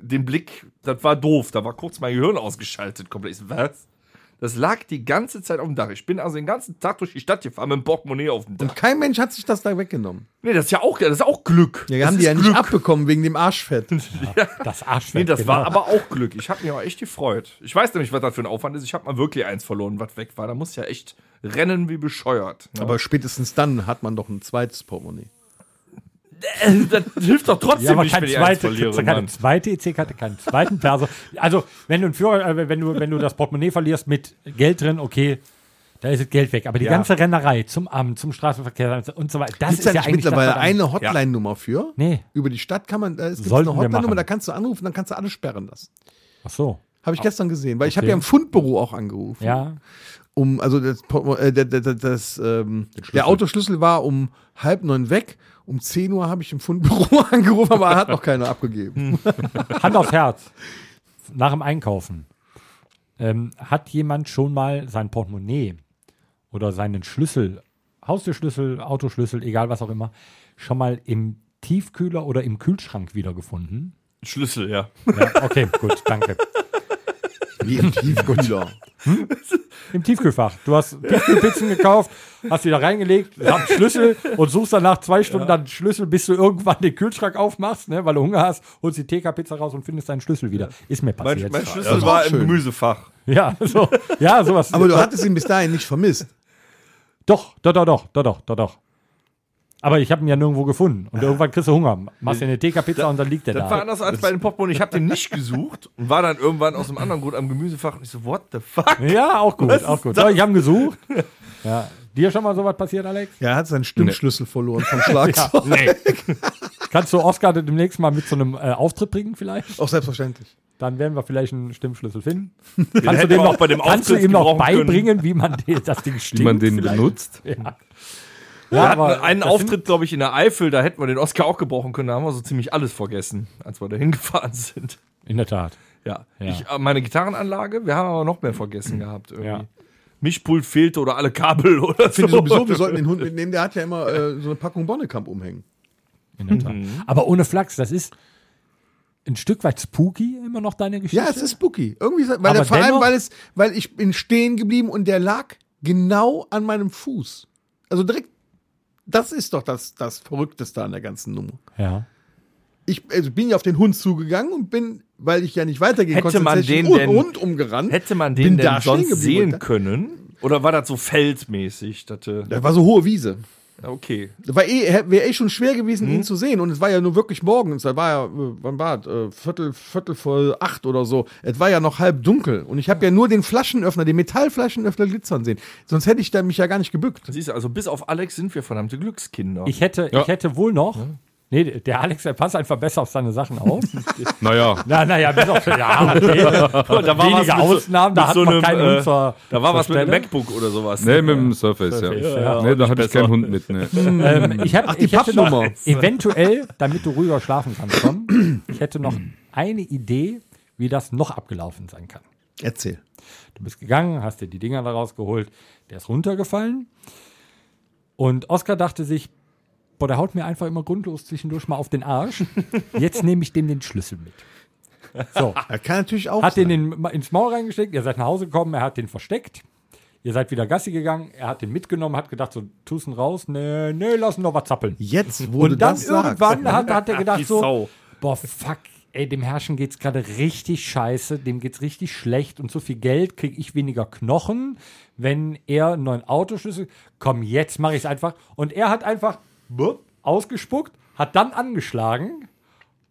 den Blick, das war doof, da war kurz mein Gehirn ausgeschaltet komplett. Ich so, Was? Das lag die ganze Zeit auf dem Dach. Ich bin also den ganzen Tag durch die Stadt gefahren mit dem Portemonnaie auf dem Dach.
Und kein Mensch hat sich das da weggenommen.
Nee, das ist ja auch, das ist auch Glück.
Ja,
das
haben
ist
die ja
Glück.
nicht abbekommen wegen dem Arschfett.
Das Arschfett.
Nee, das
genau.
war aber auch Glück. Ich habe mich auch echt gefreut. Ich weiß nämlich, was das für ein Aufwand ist. Ich habe mal wirklich eins verloren, was weg war. Da muss ich ja echt rennen wie bescheuert. Ja.
Aber spätestens dann hat man doch ein zweites Portemonnaie.
Äh, das hilft doch trotzdem
Ja, aber
nicht,
kein
wenn ich eins
zweite,
verliere.
keine
Mann.
zweite EC-Karte, keinen zweiten Perso. Also, wenn du, einen Führer, äh, wenn, du, wenn du das Portemonnaie verlierst mit Geld drin, okay, da ist das Geld weg. Aber die
Ja.
ganze Rennerei zum Amt, zum Straßenverkehr und so weiter, das
Gibt es
ist ja
da nicht
eigentlich das,
mittlerweile
was am-
eine Hotline-Nummer für?
Nee.
Über die Stadt kann man, äh, es gibt
Sollten
eine
wir
Hotline-Nummer,
machen.
da kannst du anrufen, dann kannst du alles sperren lassen.
Ach so,
Habe ich gestern gesehen, weil ich habe
Okay.
ja im Fundbüro auch angerufen.
ja.
um, also das, Portemo- äh, der- der- der- das, ähm, der Autoschlüssel war um halb neun weg. Um 10 Uhr habe ich im Fundbüro angerufen, aber er hat noch keiner abgegeben.
Hand aufs Herz. Nach dem Einkaufen. Ähm, hat jemand schon mal sein Portemonnaie oder seinen Schlüssel, Haustürschlüssel, Autoschlüssel, egal was auch immer, schon mal im Tiefkühler oder im Kühlschrank wiedergefunden?
Schlüssel, ja.
Ja, okay, gut, danke. Hm.
Wie im Tiefkühler.
Im Tiefkühlfach. Du hast Tiefkühlpizzen gekauft, hast die da reingelegt, hast einen Schlüssel und suchst dann nach zwei Stunden dann einen Schlüssel, bis du irgendwann den Kühlschrank aufmachst, ne, weil du Hunger hast, holst die TK-Pizza raus und findest deinen Schlüssel wieder. Ist mir
Mein,
passiert.
mein Schlüssel
Das ist auch
war im
schön.
Gemüsefach.
ja, so, ja, sowas.
Aber du hattest ihn bis dahin nicht vermisst.
doch, doch, doch, doch, doch, doch, doch, doch. Aber ich habe ihn ja nirgendwo gefunden. Und irgendwann kriegst du Hunger. Machst dir eine TK-Pizza und dann liegt der
Das war
da.
anders als bei den Popcorn. Ich habe den nicht gesucht und war dann irgendwann aus einem anderen Grund am Gemüsefach. Und ich so, what the fuck?
Ja, auch gut, auch gut. So, ich habe ihn gesucht. Ja. Dir schon mal sowas passiert, Alex?
Ja, er hat seinen Stimmschlüssel verloren vom Schlagzeug.
nee. Kannst du Oscar demnächst mal mit so einem äh, Auftritt bringen, vielleicht?
Auch selbstverständlich.
Dann werden wir vielleicht einen Stimmschlüssel finden.
hätten
Kannst du,
wir
dem
auch
noch,
bei dem
kannst du
Auftritt
ihm noch
gebrauchen können.
beibringen, wie man den, das Ding stimmt?
Wie man den
vielleicht?
benutzt.
Ja.
Wir
Ja,
hatten
aber
einen
das
Auftritt, glaube ich, in der Eifel. Da hätten wir den Oscar auch gebrauchen können. Da haben wir so ziemlich alles vergessen, als wir da hingefahren sind.
Sind, in der Tat.
Ja.
Ja.
Ich, äh, meine Gitarrenanlage, wir haben aber noch mehr vergessen gehabt. Irgendwie.
Ja.
Mischpult fehlte oder alle Kabel oder
Ich
so.
finde sowieso, wir sollten den Hund mitnehmen. Der hat ja immer äh, so eine Packung Bonnekamp umhängen.
In der Tat. Aber ohne Flachs, das ist ein Stück weit spooky immer noch deine Geschichte.
Ja, es ist spooky. Irgendwie, ist- weil
Aber
der, vor allem,
dennoch-
weil, es, weil ich bin stehen geblieben und der lag genau an meinem Fuß. Also direkt, das ist doch das, das Verrückteste an der ganzen Nummer.
Ja.
ich also bin ja auf den Hund zugegangen und bin, weil ich ja nicht weitergehen
Hätte
konnte,
man
tatsächlich
den
um-
denn-
Hund umgerannt.
Hätte man den
Bin
denn
da stehen
sonst
geblieben
sehen
und-
können? Oder war das so feldmäßig? Das, äh,
Das war so hohe Wiese.
okay.
Das war eh, wäre eh schon schwer gewesen, ihn zu sehen. Und es war ja nur wirklich morgens. Da war ja, äh, wann war das? Äh, Viertel, Viertel vor acht oder so. Es war ja noch halb dunkel. Und ich habe ja nur den Flaschenöffner, den Metallflaschenöffner glitzern sehen. Sonst hätte ich da mich ja gar nicht gebückt.
Siehst du, also bis auf Alex sind wir verdammte Glückskinder.
Ich hätte, ich hätte wohl noch. Nee, der Alex, der passt einfach besser auf seine Sachen auf.
Naja.
Na, naja, bis auf ja, okay. da
was
wenige
mit so-
Ausnahmen, da
mit
hat
so
man
einem,
keinen
äh,
Hund zur, zur
da war was mit dem
Stelle.
MacBook oder sowas.
Nee, mit dem Surface, ja.
ja.
nee, da hatte ich
Besser.
keinen Hund mit. ne. Nee.
Ähm, ich hab,
Ach, die
ich hätte noch,
Pappnummer.
eventuell, damit du ruhiger schlafen kannst, Tom, ich hätte noch eine Idee, wie das noch abgelaufen sein kann.
Erzähl.
Du bist gegangen, hast dir die Dinger da rausgeholt, der ist runtergefallen. Und Oskar dachte sich, boah, der haut mir einfach immer grundlos zwischendurch mal auf den Arsch. Jetzt nehme ich dem den Schlüssel mit. So,
Er kann natürlich auch.
hat
sein.
den in, ins Maul reingesteckt, ihr seid nach Hause gekommen, er hat den versteckt. Ihr seid wieder Gassi gegangen, er hat den mitgenommen, hat gedacht, so, tust ihn raus, nee, nee, lass ihn noch was zappeln.
Jetzt wurde
Und dann
das sagst.
irgendwann hat, hat er
Die
gedacht
Sau.
so, boah, fuck, ey, dem Herrschen geht's gerade richtig scheiße, dem geht's richtig schlecht und so viel Geld kriege ich weniger Knochen, wenn er einen neuen Autoschlüssel, komm, jetzt mache ich es einfach. Und er hat einfach bup, ausgespuckt, hat dann angeschlagen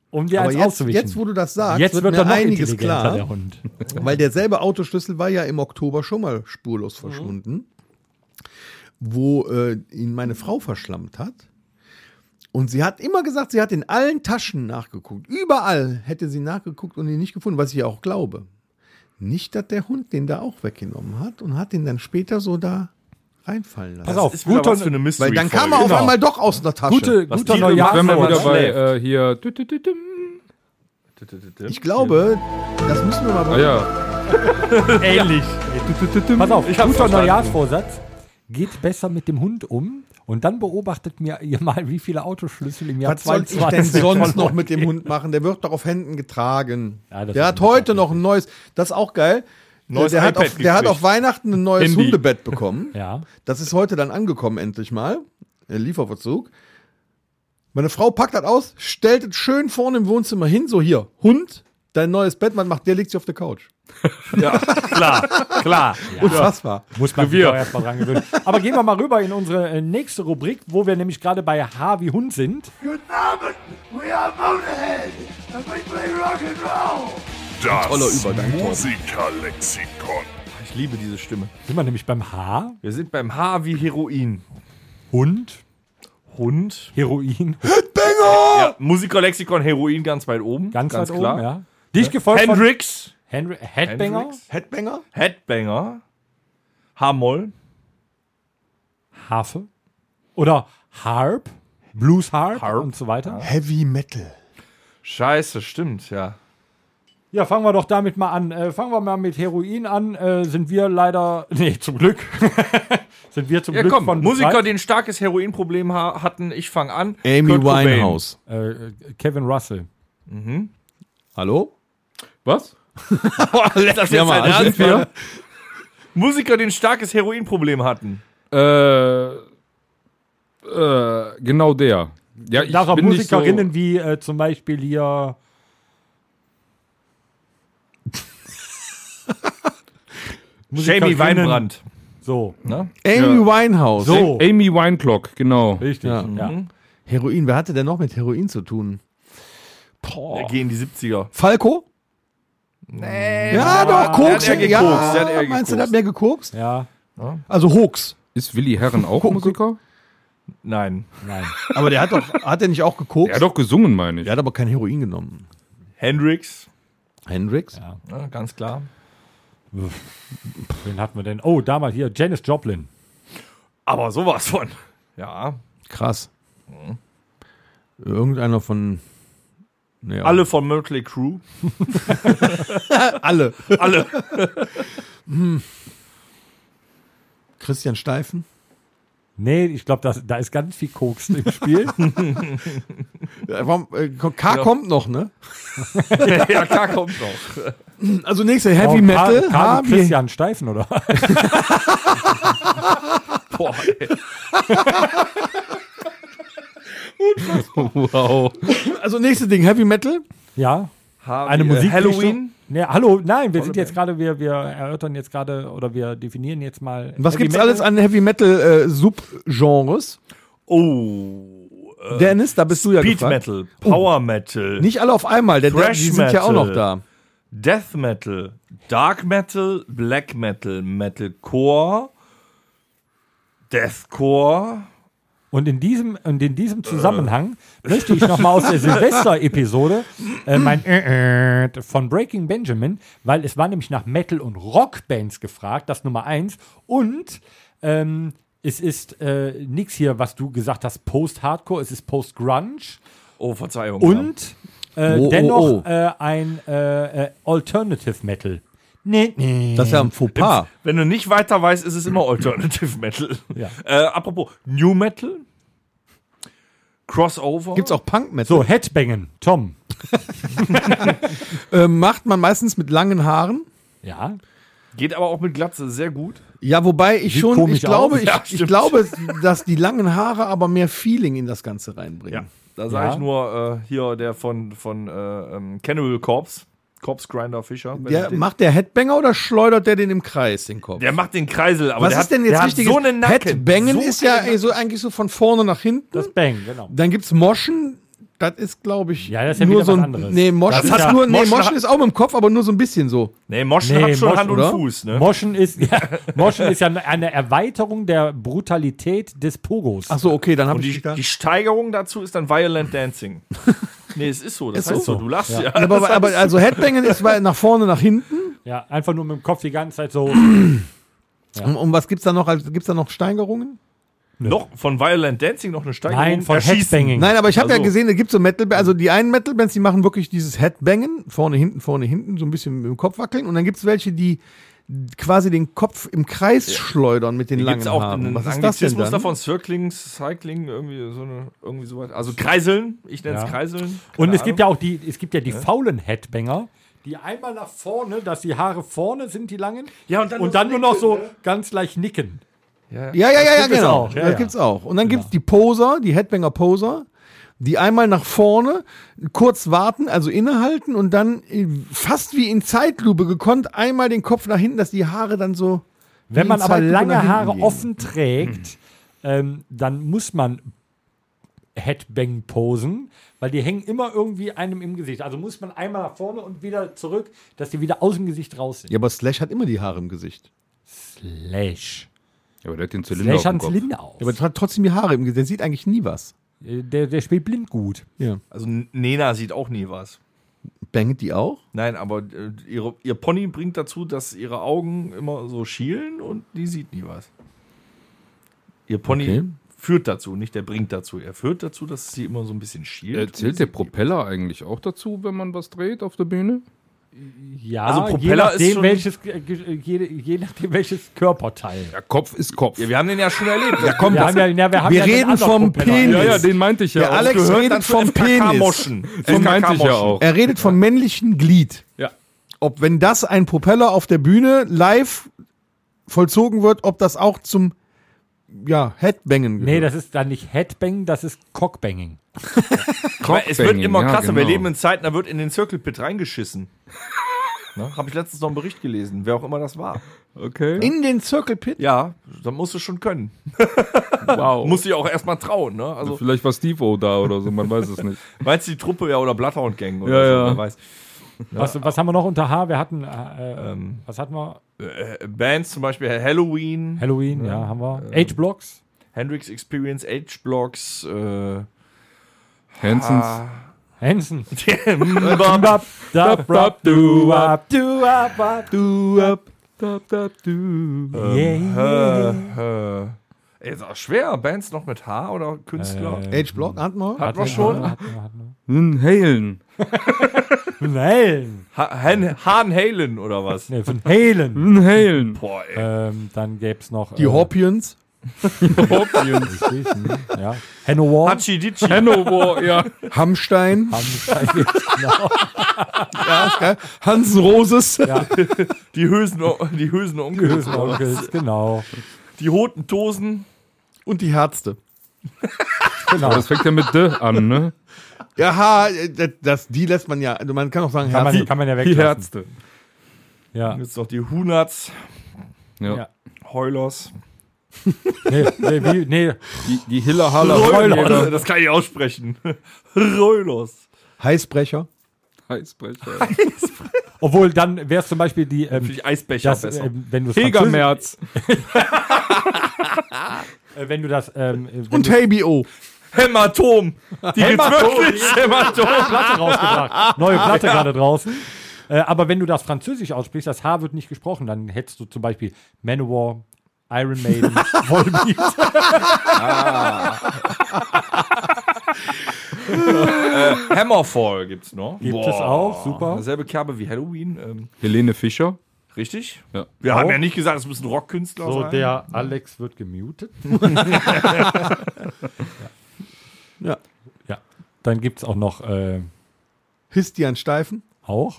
um dir
Aber
eins
jetzt,
aufzuwischen.
jetzt, wo du das sagst,
Jetzt
wird,
wird
mir
er noch
einiges
intelligenter,
klar.
der Hund.
Weil derselbe Autoschlüssel war ja im Oktober schon mal spurlos verschwunden, wo äh, ihn meine Frau verschlammt hat. Und sie hat immer gesagt, sie hat in allen Taschen nachgeguckt. Überall hätte sie nachgeguckt und ihn nicht gefunden, was ich ja auch glaube. Nicht, dass der Hund den da auch weggenommen hat und hat ihn dann später so da reinfallen lassen.
Pass auf,
Ist wieder
guter,
was für eine Mystery
Weil dann kam er auf
Folge.
einmal doch aus einer Tasche.
gute,
Was
guter
Titel macht,
Wenn wir
Ach so,
wieder
das
bei
schläft.
äh, hier. tü- tü- tü- tüm.
Ich glaube, das müssen wir mal
Ah ja.
ähnlich. Pass auf,
Ich
ich
hab's
guter
verstanden.
Neujahrsvorsatz. Geht besser mit dem Hund um und dann beobachtet mir ihr mal, wie viele Autoschlüssel im Jahr
Was soll ich denn
22
sonst
verloren
noch mit dem
gehen.
Hund machen? Der wird doch auf Händen getragen.
Ja, das
der
ist
hat
ein
heute noch ein neues, das ist auch geil.
Neues
der, hat
iPad
auf, der hat
gekriegt.
auf Weihnachten ein neues
Handy.
Hundebett bekommen.
Ja.
Das ist heute dann angekommen, endlich mal. Äh, Lieferverzug. Meine Frau packt das aus, stellt es schön vorne im Wohnzimmer hin, so hier, Hund, dein neues Bett, man macht, der legt sich auf der Couch.
Klar, klar.
Unfassbar.
Muss man sich auch erstmal dran gewöhnen. Aber gehen wir mal rüber in unsere äh, nächste Rubrik, wo wir nämlich gerade bei H wie Hund sind.
Das
toller Übergang, Torben.
Musikerlexikon.
Ich liebe diese Stimme.
Sind wir nämlich beim H,
Wir sind beim H wie Heroin.
Hund,
Hund.
Heroin,
Ja, Musikerlexikon Heroin ganz weit oben.
ganz, weit oben, ja. Dich gefolgt
Hendrix.
von Henry, Headbanger,
Hendrix.
Headbanger?
Headbanger. H-Moll.
Harfe oder Harp, Blues Harp,
Harp.
und so weiter.
Heavy Metal.
Scheiße, stimmt, ja.
Ja, fangen wir doch damit mal an. Äh, fangen wir mal mit Heroin an. Äh, sind wir leider, nee, zum Glück, sind wir zum
Ja,
Glück
komm,
von
Musiker,
befreit.
die ein starkes Heroinproblem ha hatten, ich fange an.
Amy
Kurt Cobain.
Winehouse.
äh, Kevin Russell.
Hallo?
Was?
Ist das jetzt
mal,
dein Ernst,
ja.
Mann? Musiker, die ein starkes Heroinproblem hatten.
Äh, äh, genau der. Ja, ich
Da auch
bin nicht
Musikerinnen wie äh, zum Beispiel hier
Jamie
Musikerinnen.
Weinbrand.
so,
Ne?
Amy Winehouse.
so
So. Amy Wineclock, genau.
richtig. Ja.
Heroin, wer hatte denn noch mit Heroin zu tun? Boah.
Der geht in die 70er.
Äh, Falco? Nee. Ja, doch, Koks.
Der hat eher
ja,
gekokst, der hat eher
meinst du, der hat mehr gekokst?
gekokst.
Ja,
Also Hoax.
Ist Willi Herren auch Musiker?
Nein.
nein.
Aber der hat doch, hat der nicht auch gekokst?
Er hat doch gesungen, meine ich.
der hat aber kein Heroin genommen.
Hendrix.
Hendrix?
Ja, ganz klar.
Wen hatten wir denn? Oh, damals hier Janis Joplin.
Aber sowas von. Ja.
Krass. Irgendeiner von. Nee,
Alle von Mötley Crew.
alle. Hm.
Alle.
Christian Steifen?
Nee, ich glaube, das- da ist ganz viel Koks im Spiel.
Äh, warum, äh, K kommt noch, ne?
ja, klar, kommt noch.
Also nächster Heavy
Oh,
Metal.
Karl- Karl und
Harvey-
Christian Steifen, oder?
Boah, ey.
Wow.
Also nächstes Ding, Heavy Metal.
ja.
Harvey,
eine
äh,
Musik.
Halloween.
Nee, hallo, nein, wir sind jetzt gerade, wir, wir erörtern jetzt gerade oder wir definieren jetzt mal.
Was
Heavy
gibt's
Metal.
alles an Heavy Metal äh, Subgenres?
Oh.
Dennis, da bist du ja
Beat
gefragt.
Metal. Power Metal.
Nicht alle auf einmal, denn
Thrash
die sind ja auch
Metal.
noch da.
Death Metal, Dark Metal, Black Metal, Metalcore, Deathcore.
Und in diesem, und in diesem Zusammenhang möchte ich nochmal aus der Silvester-Episode äh, mein äh, äh, von Breaking Benjamin, weil es war nämlich nach Metal- und Rockbands gefragt, das Nummer eins. Und ähm, es ist äh, nichts hier, was du gesagt hast, Post-Hardcore, es ist Post-Grunge.
Oh, Verzeihung.
Und äh,
Oh, oh,
dennoch
oh.
Äh, ein äh, äh, Alternative Metal. Nee, nee.
Das ist ja ein Fauxpas.
Ja. Wenn du nicht weiter weißt, ist es immer Alternative Metal.
Ja.
Äh, apropos New Metal, Crossover.
Gibt's auch Punk Metal.
So, Headbangen, Tom.
Ähm, macht man meistens mit langen Haaren.
Ja.
Geht aber auch mit Glatze sehr gut.
Ja, wobei ich
Sieht
schon,
komisch
ich glaube,
aus.
ich,
Ja,
ich
stimmt.
glaube, dass die langen Haare aber mehr Feeling in das Ganze reinbringen.
Da sage
Ja.
ich nur äh, hier der von, von äh, ähm, Cannibal Corpse, Corpse Grinder Fischer. Wenn
Der,
du den-
macht der Headbanger oder schleudert der den im Kreis den Kopf?
der macht den Kreisel, aber
Was
der
ist
hat,
denn
der
jetzt
hat
richtig?
so eine Nacken.
Headbangen eh
so
ist ja ey, so eigentlich so von vorne nach hinten.
Das Bang, genau.
Dann gibt's Moschen, Das ist, glaube ich,
Ja, das ist ja
nur
wieder
so
was
ein.
anderes.
Nee, Moschen,
Das
ist
hat-
nur, nee,
Moschen
Moschen
hat-
ist auch mit dem Kopf, aber nur so ein bisschen so.
Nee, Moschen
Nee,
hat schon
Moschen,
Hand und
oder?
Fuß, ne?
Moschen ist, ja, Moschen ist ja eine Erweiterung der Brutalität des Pogos.
Ach so, okay, dann habe
Und
ich
die,
gedacht-
die Steigerung dazu ist dann Violent Dancing. nee, es ist so. Das
Ist
heißt
so?
so. Du lachst ja.
Ja, aber, aber also Headbangen ist weil nach vorne, nach hinten.
Ja, einfach nur mit dem Kopf die ganze Zeit so.
Und, und Um, was gibt's da noch? Also, gibt's da noch Steigerungen?
Noch von Violent Dancing noch eine Steigerung.
Nein, von
Erschießen.
Headbanging.
Nein, aber ich habe
Also-
ja gesehen, da gibt's so Metal, also die einen Metal-Bands, die machen wirklich dieses Headbangen, vorne, hinten, vorne, hinten, so ein bisschen mit dem Kopf wackeln. Und dann gibt's welche, die quasi den Kopf im Kreis schleudern mit den
Hier
langen
gibt's auch
Haaren.
einen Anglizismus davon, Circling, Cycling, irgendwie so eine, irgendwie sowas. Also Kreiseln, ich nenne es
Ja.
Kreiseln.
Und es gibt ja auch die, es gibt ja die faulen Headbanger, die einmal nach vorne, dass die Haare vorne sind, die langen.
Ja, und dann nur so
nur noch so ganz leicht nicken.
Ja, ja, ja, ja,
es
genau.
auch, ja, Genau.
das
ja.
gibt's auch. Und dann gibt's die Poser, die Headbanger-Poser, die einmal nach vorne kurz warten, also innehalten und dann äh, fast wie in Zeitlupe gekonnt einmal den Kopf nach hinten, dass die Haare dann so.
Wenn
wie
man
in
aber
Zeitlupe nach
lange
hinten
Haare
gehen.
offen trägt, ähm, dann muss man Headbang posen, weil die hängen immer irgendwie einem im Gesicht. Also muss man einmal nach vorne und wieder zurück, dass die wieder aus dem Gesicht raus sind.
Ja, aber Slash hat immer die Haare im Gesicht.
Slash.
Ja, aber der hat den Zylinder
Slash
auf
hat
dem
einen
Kopf.
Zylinder auf.
Ja, aber hat trotzdem die Haare im Gesicht. Der sieht eigentlich nie was.
Äh, der, der spielt blind gut.
Ja.
Also Nena sieht auch nie was.
Bangt die auch?
Nein, aber äh, ihre, ihr Pony bringt dazu, dass ihre Augen immer so schielen und die sieht nie was. Ihr Pony
Okay.
führt dazu, nicht der bringt dazu. Er führt dazu, dass sie immer so ein bisschen schielt.
Äh, zählt der Propeller eigentlich auch dazu, wenn man was dreht auf der Bühne?
Ja,
Also
je
Propeller ist
nachdem,
schon-
welches, äh, ge- äh, je, je nachdem welches Körperteil.
Ja, Kopf ist Kopf.
Ja, wir haben den ja schon erlebt. Ja,
wir, haben ja, ja, wir, haben
wir
den
reden
anderen
vom
Propeller.
Penis.
ja, ja, den meinte ich ja.
Der
auch.
Alex redet vom Penis.
Moschen.
den meinte ich ja auch.
Er redet vom männlichen Glied.
Ja.
Ob, wenn das ein Propeller auf der Bühne live vollzogen wird, ob das auch zum ja, Headbangen gehört.
Nee, das ist dann nicht Headbang, das ist Cockbanging.
Aber es wird
Cockbanging,
immer
ja,
krasser. Wir
genau.
leben in Zeiten, da wird in den Circle Pit reingeschissen. Habe ich letztens noch einen Bericht gelesen, wer auch immer das war.
Okay.
in den Circle Pit.
Ja, dann musst du schon können.
Wow.
Musst dich auch erstmal trauen, ne? Also,
Vielleicht war Steve-O da oder so, man weiß es nicht.
meinst du die Truppe ja oder Bloodhound Gang oder
Ja,
so,
ja.
wer weiß.
Was, was haben wir noch unter H? Wir hatten, äh, äh, was hatten wir?
Äh, Bands zum Beispiel Halloween,
Halloween, ja, haben wir. H-Blocks.
Hendrix Experience, H-Blocks, äh, Ah.
Hansons.
Hansen.
Timber,
Bap, dap, bap, du, bap, du, bap, bap, du.
Äh.
Yeah.
äh, äh, ey, ist auch schwer. Bands noch mit H oder
Äh,
Künstler?
H-Block, hatten wir.
Hat man schon?
Hm, Halen.
Nein.
Ha Han, Han Halen oder was?
Nee, von Halen.
Hm, Halen.
Boah, ey.
ähm, dann gäbe es noch.
Die Hopians.
Scorpions.
Äh, ja. Hanno Ward.
Hachi Dichi.
Hannover, ja.
Hamstein.
genau.
Hansen Roses.
Die Hösen, die Hösen umgehösen.
Onkels, genau.
Die Hoten Tosen.
Und die Herzte.
genau.
Das fängt ja mit D an, ne?
Ja, ha, das, das, die lässt man ja. also Man kann auch sagen,
Kann man,
Herzte.
kann man ja
Die
weglassen.
Herzte.
Ja.
Jetzt noch die Hunats,
Ja.
Ja.
Heulers.
Nee, nee, wie, nee.
Die, die Hiller Haller
Heulers. Das kann ich aussprechen. Heulers.
Heißbrecher.
Heizbrecher.
Obwohl, dann wäre es zum Beispiel die,
Für
ähm,
die Eisbecher
das,
besser.
ähm, wenn du es französisch-
Hegermerz.
äh, wenn du das, ähm, äh, wenn
Und
du
HBO.
Hämatom. Die gibt's
Hämatom,
wirklich. Hämatom.
Platte rausgebracht, neue Platte gerade draußen. Äh, aber wenn du das Französisch aussprichst, das H wird nicht gesprochen, dann hättest du zum Beispiel Manowar, Iron Maiden, Volbeat.
Hammerfall gibt's noch.
Gibt es auch, super.
Dasselbe Kerbe wie Halloween. Ähm,
Helene Fischer.
richtig?
Ja.
Wir haben
Auch.
ja nicht gesagt, es müssen Rockkünstler
So,
sein.
der Alex wird gemutet.
Ja.
Ja. Dann gibt es auch noch, äh,
Histian Steifen.
auch.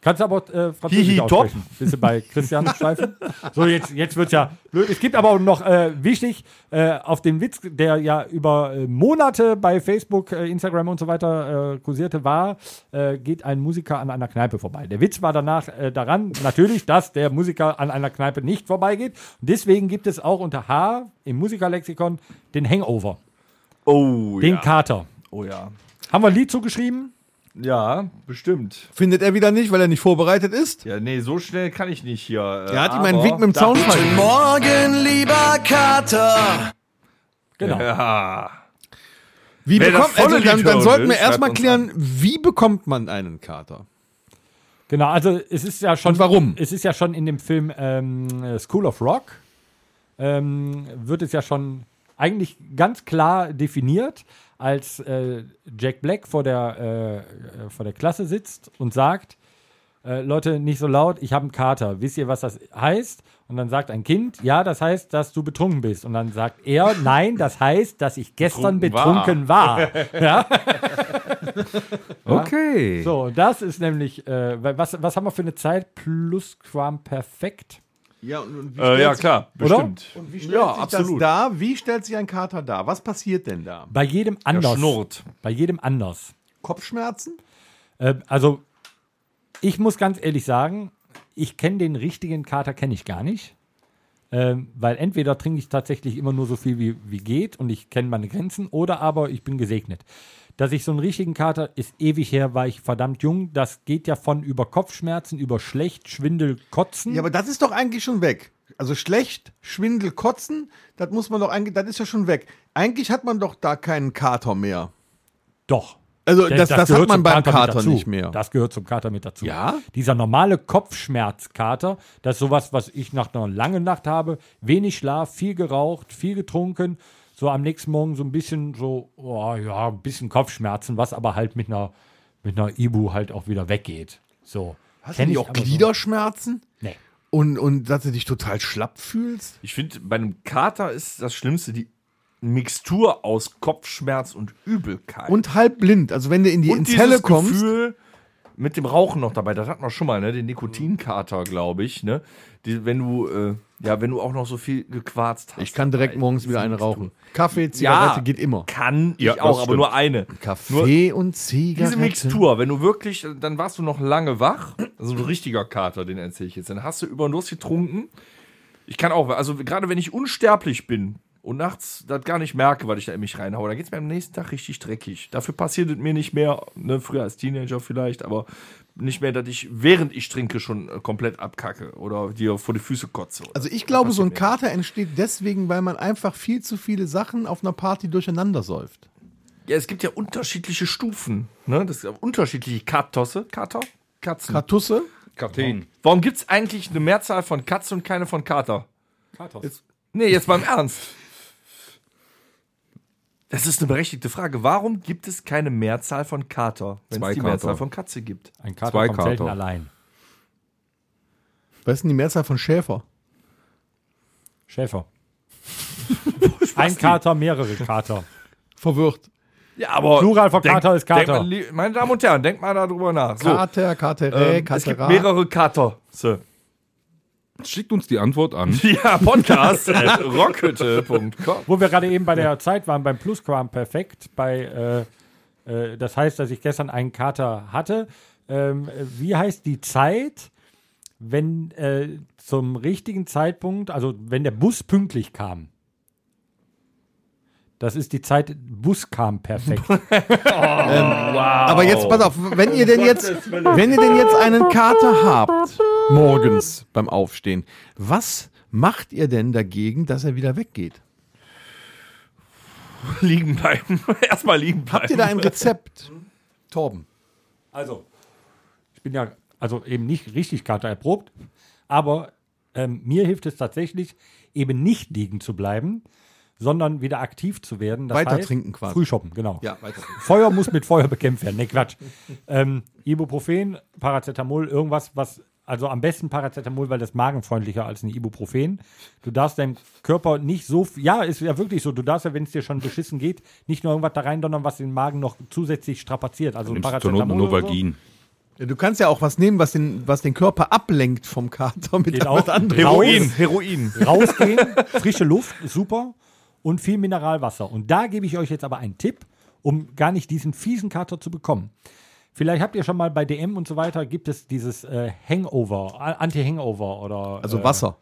Kannst du aber äh, Französisch
Mhm. Hihi, top.
aussprechen. Bist du bei Christian Steifen? so, jetzt, jetzt wird's ja blöd. Es gibt aber auch noch, äh, wichtig, äh, auf den Witz, der ja über äh, Monate bei Facebook, äh, Instagram und so weiter äh, kursierte, war, äh, geht ein Musiker an einer Kneipe vorbei. Der Witz war danach äh, daran, natürlich, dass der Musiker an einer Kneipe nicht vorbeigeht. Deswegen gibt es auch unter H im Musikerlexikon den Hangover,
Oh
den
ja.
Kater.
Oh ja.
Haben wir ein Lied zugeschrieben?
Ja, bestimmt.
Findet er wieder nicht, weil er nicht vorbereitet ist?
Ja, nee, so schnell kann ich nicht hier. äh,
Er hat ihm einen Wink mit dem Zaunfall.
Morgen, lieber Kater.
Genau.
Ja.
Wie
Wer das
bekommt,
volle
also dann,
Lied
dann
hören
sollten
will,
wir erstmal
schreibt uns
klären, wie bekommt man einen Kater?
Genau, also es ist ja schon.
Und warum?
Es ist ja schon in dem Film ähm, äh, School of Rock, ähm, wird es ja schon eigentlich ganz klar definiert, als äh, Jack Black vor der, äh, äh, vor der Klasse sitzt und sagt, äh, Leute, nicht so laut, ich habe einen Kater. Wisst ihr, was das heißt? Und dann sagt ein Kind, ja, das heißt, dass du betrunken bist. Und dann sagt er, nein, das heißt, dass ich gestern betrunken
Betrunken
war.
Okay.
So, das ist nämlich, äh, weil was, was haben wir für eine Zeit? Plusquamperfekt?
Ja, und, und wie
Äh, ja,
stellt sich-
klar,
Oder?
bestimmt.
Und wie stellt
Ja,
sich
absolut.
das dar? Wie stellt sich ein Kater dar? Was passiert denn da?
Bei jedem
Er
anders.
schnurrt.
Bei jedem anders.
Kopfschmerzen?
Ähm, also, ich muss ganz ehrlich sagen, ich kenne den richtigen Kater kenne ich gar nicht. Ähm, weil entweder trinke ich tatsächlich immer nur so viel wie, wie geht und ich kenne meine Grenzen oder aber ich bin gesegnet. Dass ich so einen richtigen Kater ist ewig her, war ich verdammt jung. Das geht ja von über Kopfschmerzen, über schlecht, Schwindel, Kotzen.
Ja, aber das ist doch eigentlich schon weg. Also schlecht, Schwindel, Kotzen, das muss man doch eigentlich, das ist ja schon weg. Eigentlich hat man doch da keinen Kater mehr.
Doch.
Also
Denn
das, das,
gehört
hat man
zum
beim
mit
Kater
dazu.
nicht mehr.
Das gehört zum Kater mit dazu.
Ja?
Dieser normale Kopfschmerzkater, das ist sowas, was ich nach einer langen Nacht habe. Wenig Schlaf, viel geraucht, viel getrunken. So am nächsten Morgen so ein bisschen so, oh ja, ein bisschen Kopfschmerzen, was aber halt mit einer, mit einer Ibu halt auch wieder weggeht. So.
Hast
Kenn
du nicht
ich
auch
aber
Gliederschmerzen?
So. Nee.
Und, und dass du dich total schlapp fühlst?
Ich finde, bei einem Kater ist das Schlimmste die Mixtur aus Kopfschmerz und Übelkeit.
Und halb blind. Also wenn du in die
Und
ins Helle kommst.
Gefühl mit dem Rauchen noch dabei. Das hatten wir schon mal, ne? Den Nikotinkater, glaube ich, ne? Die, wenn du, äh, ja, wenn du auch noch so viel gequarzt hast.
ich kann direkt
Alter,
morgens
ist
wieder
ja
eine
nicht
rauchen.
gut.
Kaffee,
Ja,
Zigarette geht immer.
Kann
Ja,
ich
das
auch, aber
stimmt.
nur eine.
Kaffee und Zigarette.
Diese Mixtur, wenn du wirklich, dann warst du noch lange wach, also ein richtiger Kater, den erzähle ich jetzt, dann hast du über Durst getrunken. Ich kann auch, also gerade wenn ich unsterblich bin und nachts das gar nicht merke, weil ich da in mich reinhaue, dann geht es mir am nächsten Tag richtig dreckig. Dafür passiert es mir nicht mehr, ne, früher als Teenager vielleicht, aber nicht mehr, dass ich während ich trinke schon äh, komplett abkacke oder dir vor die Füße kotze.
Also ich glaube, so ein Kater entsteht deswegen, weil man einfach viel zu viele Sachen auf einer Party durcheinander säuft.
Ja, es gibt ja unterschiedliche Stufen, ne? Das sind unterschiedliche Katosse, Kater, Katzen.
Kartusse?
Katin. Genau. Warum gibt es eigentlich eine Mehrzahl von Katz und keine von Kater? Jetzt, nee, jetzt mal im Ernst. Das ist eine berechtigte Frage. Warum gibt es keine Mehrzahl von Kater, wenn
Zwei
es die
Kater.
Mehrzahl von Katze gibt?
Ein Kater
Zwei
kommt selten
Kater.
allein.
Was ist denn die Mehrzahl von Schäfer?
Schäfer. ein Kater, mehrere Kater.
Verwirrt.
Ja, aber
Plural von Kater ist Kater.
Denk mal, lie- meine Damen und Herren, denkt mal darüber nach. So,
Kater, Katerä,
ähm, es gibt
Katerra.
mehrere Kater. So.
Schickt uns die Antwort an.
Ja, Podcast at rockhütte.com.
Wo wir gerade eben bei der Zeit waren, beim Plusquamperfekt, bei, äh, äh, das heißt, dass ich gestern einen Kater hatte. Ähm, äh, wie heißt die Zeit, wenn äh, zum richtigen Zeitpunkt, also wenn der Bus pünktlich kam? Das ist die Zeit, Bus kam perfekt.
Aber jetzt, pass auf, wenn ihr denn jetzt, wenn ihr denn jetzt einen Kater habt, morgens beim Aufstehen, was macht ihr denn dagegen, dass er wieder weggeht?
Liegen bleiben. Erstmal liegen bleiben.
Habt ihr da ein Rezept? Torben.
Also, ich bin ja also eben nicht richtig Kater erprobt, aber ähm, mir hilft es tatsächlich, eben nicht liegen zu bleiben, sondern wieder aktiv zu werden. Das
Weiter
heißt,
trinken quasi.
Frühschoppen, genau.
Ja, weiter.
Feuer muss mit Feuer bekämpft werden. Ne, Quatsch. Ähm, Ibuprofen, Paracetamol, irgendwas, was. Also am besten Paracetamol, weil das ist magenfreundlicher als ein Ibuprofen. Du darfst deinem Körper nicht so. viel- Ja, ist ja wirklich so. Du darfst ja, wenn es dir schon beschissen geht, nicht nur irgendwas da reindonnern, was den Magen noch zusätzlich strapaziert. Also
Nimmst du zur Not
oder so.
Novagin.
Ja, Du kannst ja auch was nehmen, was den, was den Körper ablenkt vom Kater mit
Geht
was
auch.
anderem.
Heroin, Heroin.
rausgehen, frische Luft, super und viel Mineralwasser. Und da gebe ich euch jetzt aber einen Tipp, um gar nicht diesen fiesen Kater zu bekommen. Vielleicht habt ihr schon mal bei DM und so weiter gibt es dieses äh, Hangover, A- Anti-Hangover oder
Also
äh,
Wasser.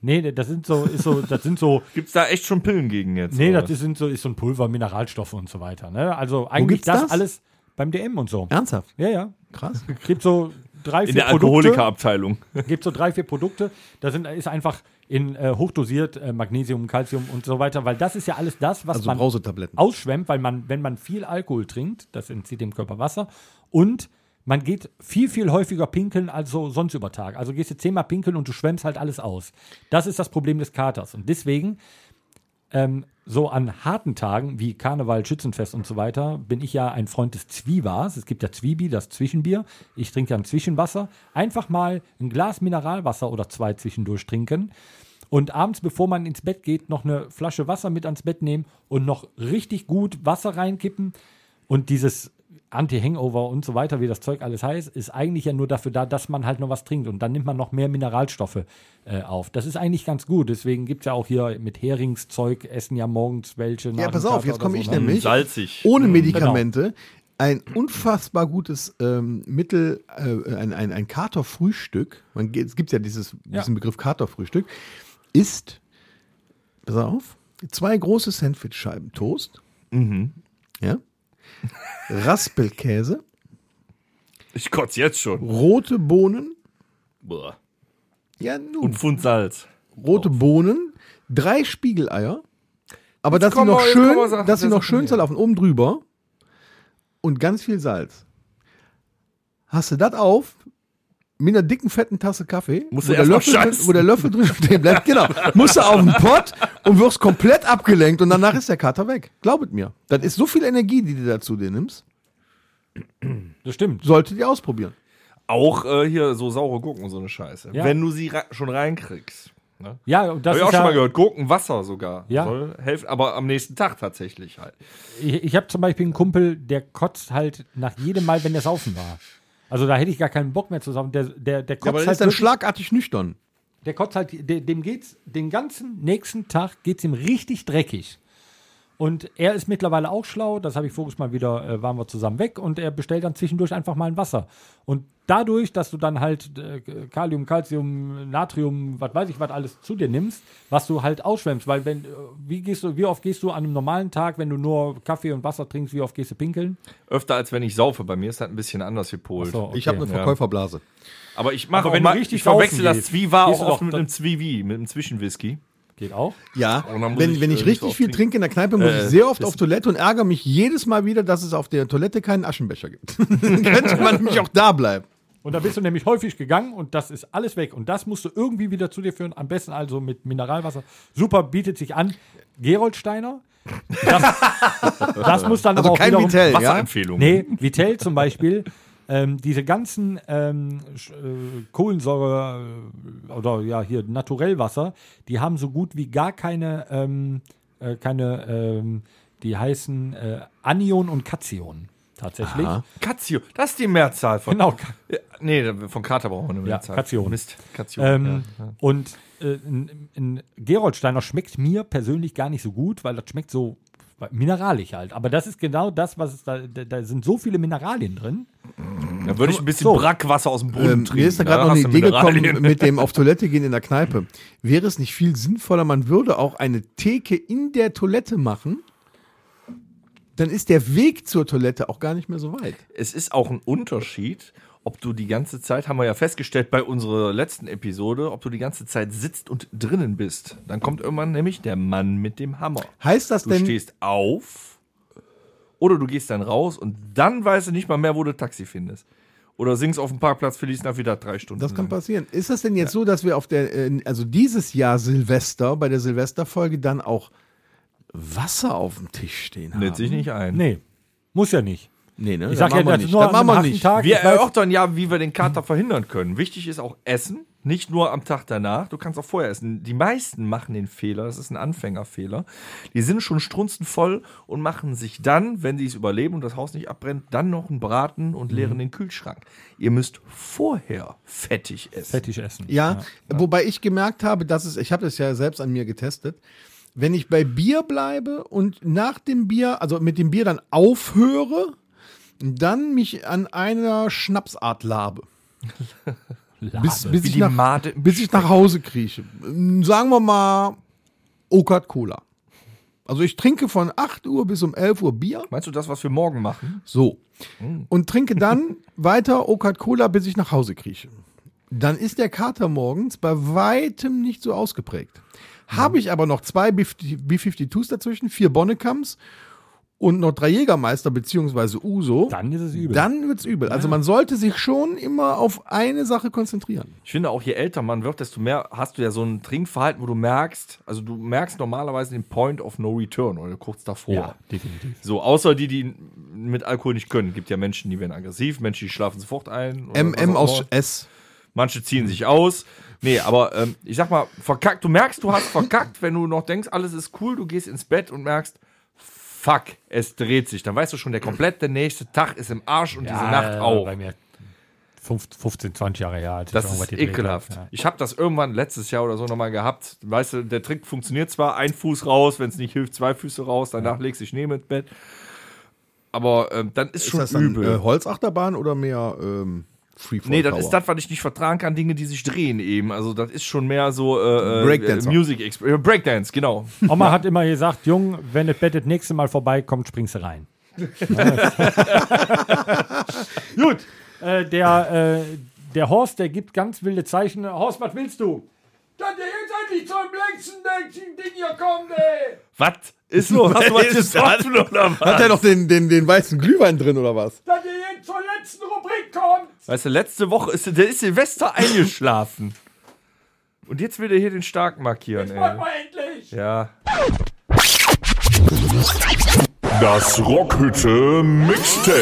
Nee, das sind so, ist so, das sind so,
Gibt's da echt schon Pillen gegen jetzt?
nee,
oder?
das ist, sind so, ist so ein Pulver, Mineralstoffe und so weiter. Ne? Also eigentlich
gibt's
das,
das?
alles beim DM und so.
Ernsthaft?
Ja, ja.
Krass.
Gibt so drei,
in
vier
der
Produkte.
Alkoholikerabteilung.
Gibt so drei, vier Produkte. Da sind, ist einfach in äh, hochdosiert äh, Magnesium, Calcium und so weiter, weil das ist ja alles das, was
Also
man
Brausetabletten.
ausschwemmt, weil man, wenn man viel Alkohol trinkt, das entzieht dem Körper Wasser und man geht viel, viel häufiger pinkeln als so sonst über Tag. Also gehst du zehnmal pinkeln und du schwemmst halt alles aus. Das ist das Problem des Katers. Und deswegen, ähm, so an harten Tagen wie Karneval, Schützenfest und so weiter, bin ich ja ein Freund des Zwiebars. Es gibt ja Zwiebi, das Zwischenbier. Ich trinke ja ein Zwischenwasser. Einfach mal ein Glas Mineralwasser oder zwei zwischendurch trinken. Und abends, bevor man ins Bett geht, noch eine Flasche Wasser mit ans Bett nehmen und noch richtig gut Wasser reinkippen. Und dieses Anti-Hangover und so weiter, wie das Zeug alles heißt, ist eigentlich ja nur dafür da, dass man halt noch was trinkt. Und dann nimmt man noch mehr Mineralstoffe äh, auf. Das ist eigentlich ganz gut. Deswegen gibt es ja auch hier mit Heringszeug, essen ja morgens welche. nach
Ja,
dem
pass auf,
Kater
jetzt
oder
komme
so,
ich
ne?
nämlich
Salzig.
ohne Medikamente ein unfassbar gutes ähm, Mittel, äh, ein, ein, ein Katerfrühstück. Man, geht- es gibt ja, dieses, diesen Begriff Katerfrühstück. Ist, pass auf, zwei große Sandwichscheiben Toast. Ja. Raspelkäse,
Ich kotze jetzt schon.
rote Bohnen,
Boah.
ja, nun,
Und Pfund Salz.
rote Bohnen, drei Spiegeleier, aber dass sie
kommen
noch
wir- jetzt
schön,
kommen wir Sachen-
dass sie
Sachen
noch schön
her.
zerlaufen, oben drüber und ganz viel Salz. Hast du das auf? Mit einer dicken, fetten Tasse Kaffee,
Musst
wo,
du
der
erst mal
Löffel drin,
scheißen.
wo der Löffel drin stehen bleibt, genau. Musst du auf den Pott und wirst komplett abgelenkt und danach ist der Kater weg. Glaubet mir. Das ist so viel Energie, die du dazu dir nimmst.
Das stimmt.
Solltet ihr ausprobieren.
Auch äh, hier so saure Gurken, und so eine Scheiße.
Ja.
Wenn du sie rei- schon reinkriegst. Ne?
Ja, und das ist
Habe ich auch
ja,
schon mal gehört. Gurkenwasser sogar.
Ja.
Soll helfen, aber am nächsten Tag tatsächlich halt.
Ich, ich habe zum Beispiel einen Kumpel, der kotzt halt nach jedem Mal, wenn der saufen war. Also da hätte ich gar keinen Bock mehr zu saufen. Der, der, der kotzt
Aber das
halt
ist dann
wirklich-
schlagartig nüchtern.
Der kotzt halt, de- dem geht's den ganzen nächsten Tag geht's ihm richtig dreckig. Und er ist mittlerweile auch schlau, das habe ich voriges Mal wieder, äh, waren wir zusammen weg und er bestellt dann zwischendurch einfach mal ein Wasser. Und dadurch, dass du dann halt äh, Kalium, Calcium, Natrium, was weiß ich was alles zu dir nimmst, was du halt ausschwemmst, weil wenn, äh, wie gehst du, wie oft gehst du an einem normalen Tag, wenn du nur Kaffee und Wasser trinkst, wie oft gehst du pinkeln?
Öfter als wenn ich saufe. Bei mir ist das ein bisschen anders gepolt.
So,
Ich habe eine
Ja.
Verkäuferblase.
Aber ich mache
Aber
auch
wenn du
mal,
richtig
ich verwechsel
saufen
das
gehst,
Zwiwa
gehst
auch
du
oft
doch
mit
dann-
einem Zwiwi, mit einem Zwischenwhisky.
geht auch.
Ja,
Und dann muss
wenn
ich,
ich, wenn
äh,
ich
nicht so
richtig
oft
viel
trinken.
trinke in der Kneipe, muss
Äh,
ich sehr oft auf Toilette und ärgere mich jedes Mal wieder, dass es auf der Toilette keinen Aschenbecher gibt. Dann könnte man nämlich auch da bleiben.
Und da bist du nämlich häufig gegangen und das ist alles weg. Und das musst du irgendwie wieder zu dir führen. Am besten also mit Mineralwasser. Super, bietet sich an. Gerold Steiner. Das, das muss dann
Also
aber auch
kein
wiederum,
Vitell, ja?
Wasserempfehlung.
Nee, Vitell zum Beispiel. Ähm, diese ganzen ähm, Sch- äh, Kohlensäure äh, oder ja hier Naturellwasser, die haben so gut wie gar keine, ähm, äh, keine ähm, die heißen äh, Anion und Kation tatsächlich.
Katio, das ist die Mehrzahl von.
Genau, Ka-
Ja, Nee, von Kater brauchen wir eine
Ja,
Mehrzahl.
Kation.
Mist, Kation.
Ähm,
ja.
Und äh, ein, ein Geroldsteiner schmeckt mir persönlich gar nicht so gut, weil das schmeckt so mineralisch halt. Aber das ist genau das, was es da, da, da sind so viele Mineralien drin.
Da würde ich ein bisschen
So.
Brackwasser aus dem Brunnen
Ähm,
trinken.
mir ist da gerade
Ja,
noch eine
hast du
Idee gekommen
Mineralien.
mit dem auf Toilette gehen in der Kneipe. Wäre es nicht viel sinnvoller, man würde auch eine Theke in der Toilette machen? Dann ist der Weg zur Toilette auch gar nicht mehr so weit.
es ist auch ein Unterschied, ob du die ganze Zeit, haben wir ja festgestellt bei unserer letzten Episode, ob du die ganze Zeit sitzt und drinnen bist. Dann kommt irgendwann nämlich der Mann mit dem Hammer.
Heißt das
Du
denn,
stehst auf oder du gehst dann raus und dann weißt du nicht mal mehr, wo du Taxi findest. Oder singst auf dem Parkplatz Feliz Navidad drei Stunden.
Das kann
lang.
passieren. Ist das denn jetzt so, dass wir auf der, äh, also dieses Jahr Silvester, bei der Silvesterfolge dann auch Wasser auf dem Tisch stehen haben?
Lädt sich nicht ein.
Nee, muss ja nicht.
Nee, ne?
Ich sag
Dann
ja,
machen wir
das
nicht.
nur
Dann
an
machen wir
einem harten
nicht.
Tag.
Wir
ich weiß,
erörtern ja, wie wir den Kater verhindern können. Wichtig ist auch Essen, nicht nur am Tag danach. Du kannst auch vorher essen. Die meisten machen den Fehler, das ist ein Anfängerfehler. Die sind schon strunzenvoll und machen sich dann, wenn sie es überleben und das Haus nicht abbrennt, dann noch einen Braten und
Mhm.
leeren den Kühlschrank. Ihr müsst vorher fettig essen.
fettig essen.
Ja, wobei ich gemerkt habe, dass es, ich habe das ja selbst an mir getestet, wenn ich bei Bier bleibe und nach dem Bier, also mit dem Bier dann aufhöre, dann mich an einer Schnapsart labe.
Also,
bis, bis,
Wie
ich
die
nach,
Made.
bis ich nach Hause krieche. Ähm, Sagen wir mal Okat Cola. Also ich trinke von 8 Uhr bis um 11 Uhr Bier.
Meinst du das, was wir morgen machen?
So. Und trinke dann weiter Okat Cola, bis ich nach Hause krieche. Dann ist der Kater morgens bei weitem nicht so ausgeprägt. Habe ich aber noch zwei B-52s dazwischen, vier Bonnecams und noch drei Jägermeister beziehungsweise Uso,
Dann ist es übel.
dann wird's übel. Also man sollte sich schon immer auf eine Sache konzentrieren.
Ich finde auch, je älter man wird, desto mehr hast du ja so ein Trinkverhalten, wo du merkst, also du merkst normalerweise den Point of No Return oder kurz davor.
ja, definitiv.
So, außer die, die mit Alkohol nicht können. Gibt ja Menschen, die werden aggressiv, Menschen, die schlafen sofort ein. oder was
MM
auch
aus
immer.
S.
Manche ziehen sich aus. Nee, aber ähm, ich sag mal, verkackt, du merkst, du hast verkackt, wenn du noch denkst, alles ist cool, du gehst ins Bett und merkst, fuck, es dreht sich. Dann weißt du schon, der komplette nächste Tag ist im Arsch und diese Nacht auch.
Äh, Bei mir 15, 20 Jahre her. Als
Das
ich irgendwas
ist
gedreht
ekelhaft.
hab, ja.
Ich habe das irgendwann letztes Jahr oder so nochmal gehabt. Weißt du, der Trick funktioniert zwar, ein Fuß raus, wenn es nicht hilft, zwei Füße raus, danach legst du dich neben ins Bett. Aber ähm, dann ist, schon übel.
äh, Holzachterbahn oder mehr ähm, Freefall?
Nee, das
Tower?
ist das, was ich nicht vertragen kann, Dinge, die sich drehen eben. Also das ist schon mehr so äh, äh,
Breakdancer.
Music Exp äh, Breakdance, genau.
Oma hat immer gesagt, Jung, wenn das Bett das nächste Mal vorbeikommt, springst du rein. Gut, äh, der, äh, der Horst, der gibt ganz wilde Zeichen. Horst, was willst du? Dass der jetzt endlich zum längsten Ding hier kommt, ey!
was ist los? Hast du was gesoffen oder was?
Hat er noch den, den, den weißen Glühwein drin oder was?
Dass der jetzt zur letzten Rubrik kommt!
Weißt du, letzte Woche ist der ist Silvester eingeschlafen. Und jetzt will er hier den Stark markieren, ey.
mal endlich!
Ja.
Das Rockhütte Mixtape.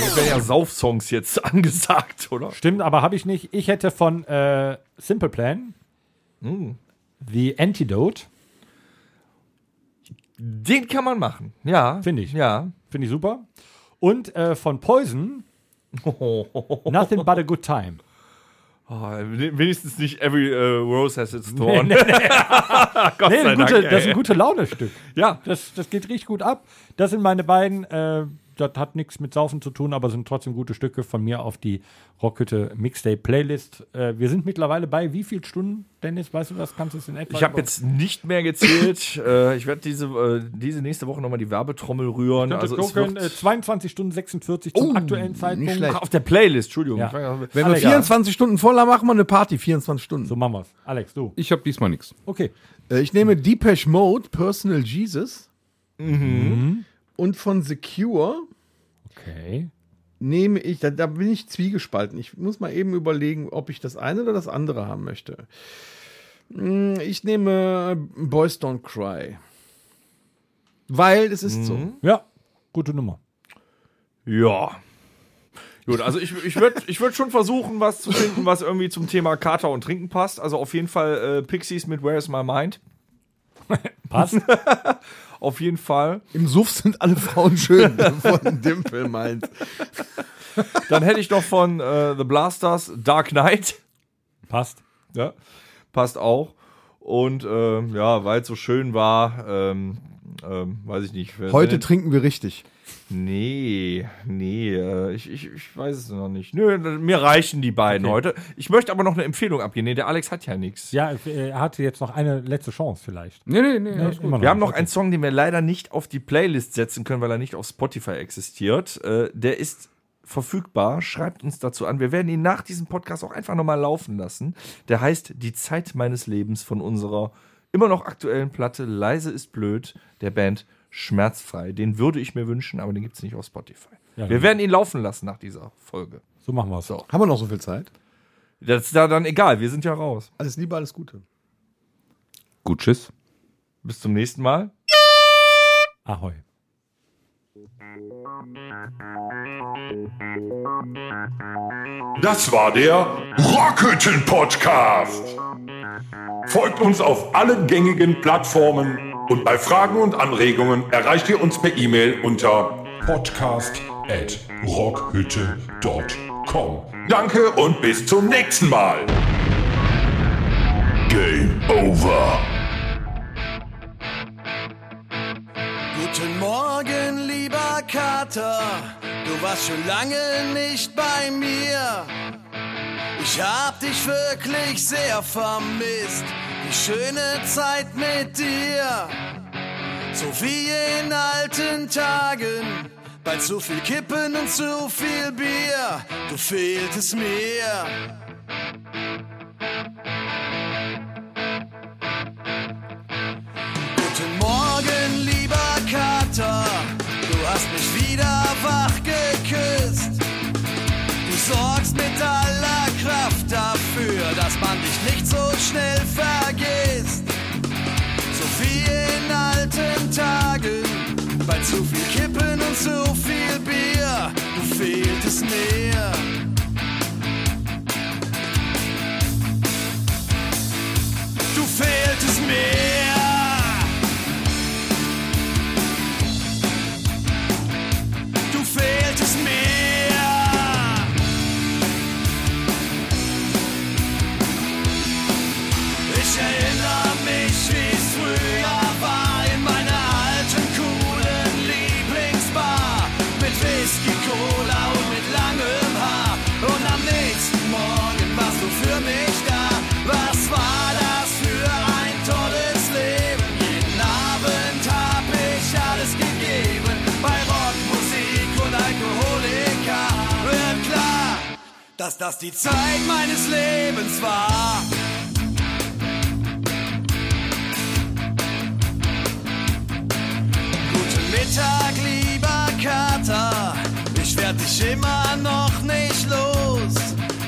Jetzt werden ja Saufsongs jetzt angesagt, oder?
Stimmt, aber habe ich nicht. Ich hätte von äh, Simple Plan The Antidote.
Den kann man machen. Ja.
Finde ich.
Ja.
Finde ich super. Und äh, von Poison Nothing But a Good Time.
Oh, wenigstens nicht Every äh, Rose Has Its Thorn. Gott
Nee,
sei
eine
Dank.
gute, das ist
ey.
ein gute Laune-Stück.
ja.
Das, das geht richtig gut ab. Das sind meine beiden. Äh, das hat nichts mit Saufen zu tun, aber sind trotzdem gute Stücke von mir auf die Rockhütte Mixtape Playlist. Äh, wir sind mittlerweile bei wie viel Stunden, Dennis? Weißt du das? Kannst du es in etwa?
Ich habe jetzt nicht mehr gezählt. äh, ich werde diese, äh, diese nächste Woche nochmal die Werbetrommel rühren.
also
Also es
gucken,
wird,
äh, 22 Stunden 46 zum aktuellen Zeitpunkt.
schlecht.
Ach, auf der Playlist, Entschuldigung.
Ja.
Ich war-
Wenn wir
Alle egal.
24 Stunden voll haben, machen wir eine Party. 24 Stunden.
So machen wir's. Alex, du.
Ich habe diesmal nichts.
Okay.
Äh, ich nehme Depeche Mode, Personal Jesus. Mhm. Und von The Cure
Okay.
nehme ich, da, da bin ich zwiegespalten. Ich muss mal eben überlegen, ob ich das eine oder das andere haben möchte. Mm, Ich nehme Boys Don't Cry. Weil es ist so.
Ja, gute Nummer.
Ja. Gut, also ich, ich würde ich würd schon versuchen, was zu finden, was irgendwie zum Thema Kater und Trinken passt. Also auf jeden Fall äh, Pixies mit Where is My Mind.
Passt.
Auf jeden Fall.
Im Suff sind alle Frauen schön, von Dimpel meint.
Dann hätte ich noch von äh, The Blasters Dark Knight.
Passt.
Ja, passt auch. Und ähm, ja, weil es so schön war, ähm, ähm, weiß ich nicht.
Heute
Wenn-
trinken wir richtig.
Nee, nee, äh, ich, ich, ich weiß es noch nicht. Nö, mir reichen die beiden heute. Ich möchte aber noch eine Empfehlung abgeben. Nee, der Alex hat ja nichts.
Ja, äh, er hatte jetzt noch eine letzte Chance vielleicht.
Nee, nee, nee, alles
Immer
gut.
Wir haben noch
Okay.
einen Song, den wir leider nicht auf die Playlist setzen können, weil er nicht auf Spotify existiert. Äh, der ist verfügbar. Schreibt uns dazu an. Wir werden ihn nach diesem Podcast auch einfach nochmal laufen lassen. Der heißt Die Zeit meines Lebens von unserer immer noch aktuellen Platte Leise ist blöd der Band Schmerzfrei. Den würde ich mir wünschen, aber den gibt es nicht auf Spotify.
Ja,
wir
genau.
werden ihn laufen lassen nach dieser Folge.
So machen wir es. So.
Haben wir noch so viel Zeit?
Das ist da dann egal, wir sind ja raus.
Alles Liebe, alles Gute.
Gut, tschüss.
Bis zum nächsten Mal.
Ahoi.
Das war der Rockhütten Podcast. Folgt uns auf allen gängigen Plattformen und bei Fragen und Anregungen erreicht ihr uns per E-Mail unter podcast@rockhütte.com. Danke und bis zum nächsten Mal. Game over.
Guten Morgen, lieber Kater. Du warst schon lange nicht bei mir. Ich hab dich wirklich sehr vermisst. Die schöne Zeit mit dir. So wie in alten Tagen. Bei zu viel Kippen und zu viel Bier. Du fehltest mir. Guten Morgen, lieber Kater. Du hast mich wieder wach geküsst. Du sorgst mit aller Kraft dafür, dass man dich nicht so schnell vergisst. So wie in alten Tagen, bei zu viel Kippen und zu viel Bier. Du fehltest mir. Du fehltest mir. du fehltest mir. Ich erinnere mich, wie es früher war, in meiner alten, coolen Lieblingsbar. Mit Whisky, Cola und mit langem Haar. Und am nächsten Morgen warst du für mich da. Was war das für ein tolles Leben? Jeden Abend hab ich alles gegeben. Bei Rockmusik und Alkoholika wird klar, dass das die Zeit meines Lebens war. Guten Mittag, lieber Kater. Ich werd dich immer noch nicht los.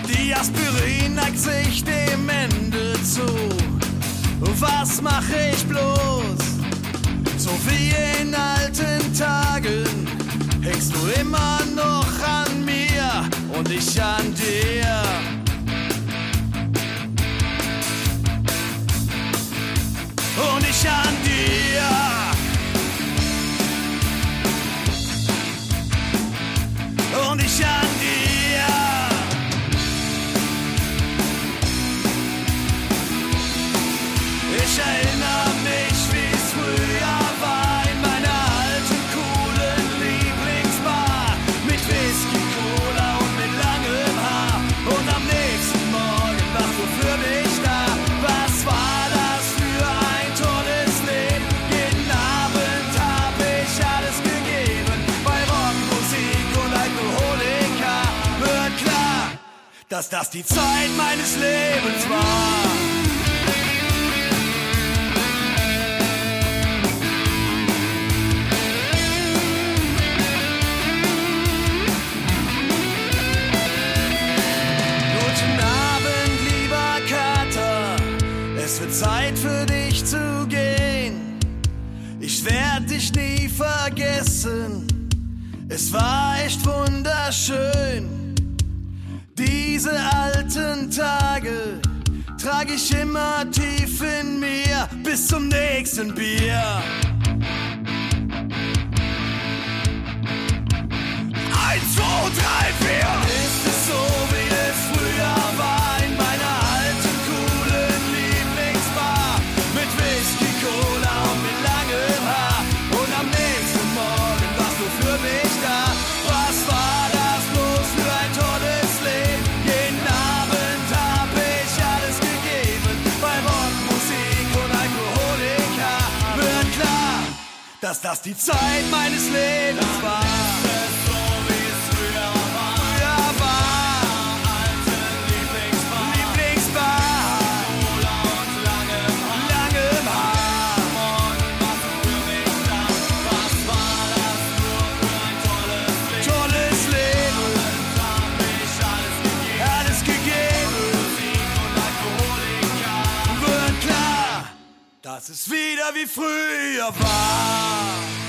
Die Aspirin neigt sich dem Ende zu. Was mach ich bloß? So wie in alten Tagen hängst du immer noch an mir und ich an dir. Und ich an dir. und ich an dir. Ich erinnere mich, wie es früher war, in meiner alten, coolen Lieblingsbar. Mit Whisky, Cola und mit langem Haar. Und am nächsten Morgen warst du für mich da. Was war das für ein tolles Leben? Jeden Abend hab ich alles gegeben. Bei Rockmusik und Alkoholika wird klar, dass das die Zeit meines Lebens war. Guten Abend, lieber Kater. Es wird Zeit für dich zu gehen. Ich werd dich nie vergessen. Es war echt wunderschön. Diese alten Tage trage ich immer tief in mir bis zum nächsten Bier. Eins, zwei, drei, vier. Ist es so, wie es früher war? In meiner alten, coolen Lieblingsbar. Mit Whisky, Cola und mit langem Haar. Und am nächsten Morgen warst du für mich da. Was war das bloß für ein tolles Leben? Jeden Abend hab ich alles gegeben. Bei Rockmusik und Alkoholika wird klar, dass das die Zeit meines Lebens war. Das ist wieder wie früher war.